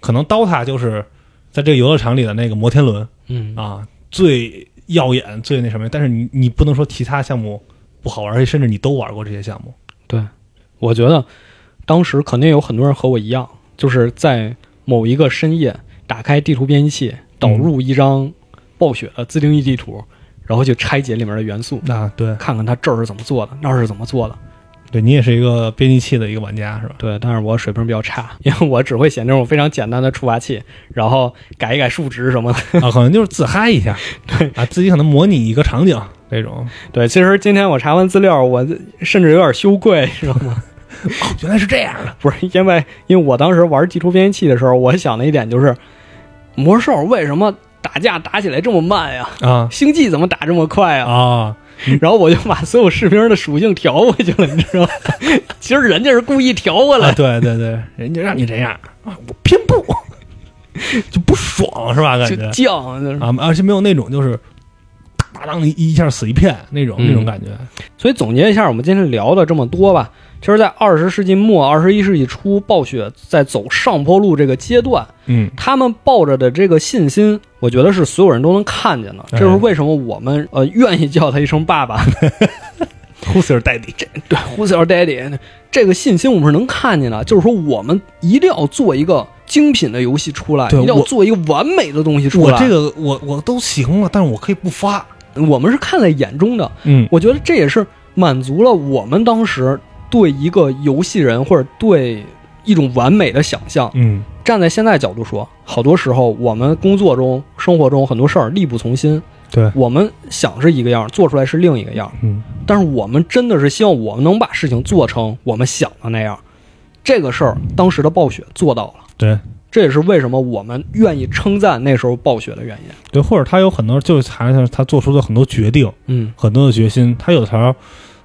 B: 可能 DOTA 就是在这个游乐场里的那个摩天轮
A: 嗯，
B: 啊，最耀眼、最那什么。但是你你不能说其他项目不好玩，而且甚至你都玩过这些项目。
A: 我觉得当时肯定有很多人和我一样，就是在某一个深夜打开地图编辑器，导入一张暴雪的自定义地图，然后去拆解里面的元素，
B: 啊，对，
A: 看看它这儿是怎么做的，那儿是怎么做的。
B: 对你也是一个编辑器的一个玩家是吧？
A: 对，但是我水平比较差，因为我只会写那种非常简单的触发器，然后改一改数值什么的。
B: 啊，可能就是自嗨一下，对啊，自己可能模拟一个场景啊这种。
A: 对，其实今天我查完资料，我甚至有点羞愧，知道吗？
B: 原来是这样的。
A: 不是因为，因为我当时玩地图编辑器的时候，我想的一点就是，魔兽为什么打架打起来这么慢呀？
B: 啊
A: 星际怎么打这么快啊？
B: 啊，
A: 然后我就把所有士兵的属性调过去了，你知道吗？ 其实人家是故意调过来
B: 啊
A: 的，
B: 对对对，人家让你这样啊，我偏不， 就不爽是吧？感
A: 就
B: 觉
A: 犟。就是
B: 啊，而且没有那种就是大当的一下死一片那种、
A: 嗯
B: 那种感觉。
A: 所以总结一下，我们今天聊的这么多吧，其实，在二十世纪末、二十一世纪初，暴雪在走上坡路这个阶段，
B: 嗯
A: 他们抱着的这个信心，我觉得是所有人都能看见的。这
B: 哎
A: 是为什么我们呃愿意叫他一声爸爸，
B: ，Who's your daddy？这
A: 对，Who's your daddy？这个信心我们是能看见的。就是说，我们一定要做一个精品的游戏出来，
B: 对
A: 一定要
B: 我
A: 做一个完美的东西出
B: 我
A: 来。
B: 这个我我都行了，但是我可以不发。
A: 我们是看在眼中的。
B: 嗯
A: 我觉得这也是满足了我们当时对一个游戏人或者对一种完美的想象。
B: 嗯，
A: 站在现在角度说，好多时候我们工作中、生活中很多事儿力不从心。
B: 对，
A: 我们想是一个样儿，做出来是另一个样儿。
B: 嗯
A: 但是我们真的是希望我们能把事情做成我们想的那样儿。这个事儿，当时的暴雪做到了，
B: 对
A: 这也是为什么我们愿意称赞那时候暴雪的原因。
B: 对，或者他有很多就是还是他做出的很多决定，
A: 嗯，
B: 很多的决心，他有时候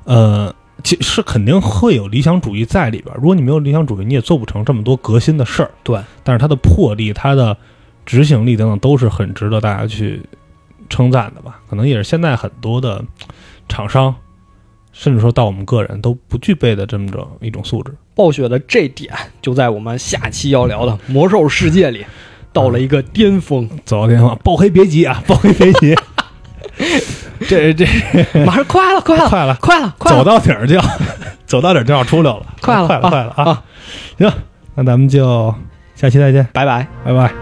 B: 呃。其是肯定会有理想主义在里边儿，如果你没有理想主义，你也做不成这么多革新的事儿。
A: 对，
B: 但是它的魄力、它的执行力等等，都是很值得大家去称赞的吧？可能也是现在很多的厂商，甚至说到我们个人都不具备的这么着一种 素质。
A: 暴雪的这点就在我们下期要聊的《魔兽世界》里，到了一个巅峰。
B: 走到天荒，爆黑别急啊，爆黑别急， 这 这
A: 马上快了，快了，
B: 快了，
A: 快了，快
B: 走
A: 了！
B: 到底儿就要 走到底儿就要出溜了，
A: 快了
B: 快了，
A: 啊
B: 快了啊！
A: 啊
B: 行，那咱们就下期再见，
A: 拜拜。
B: 拜拜。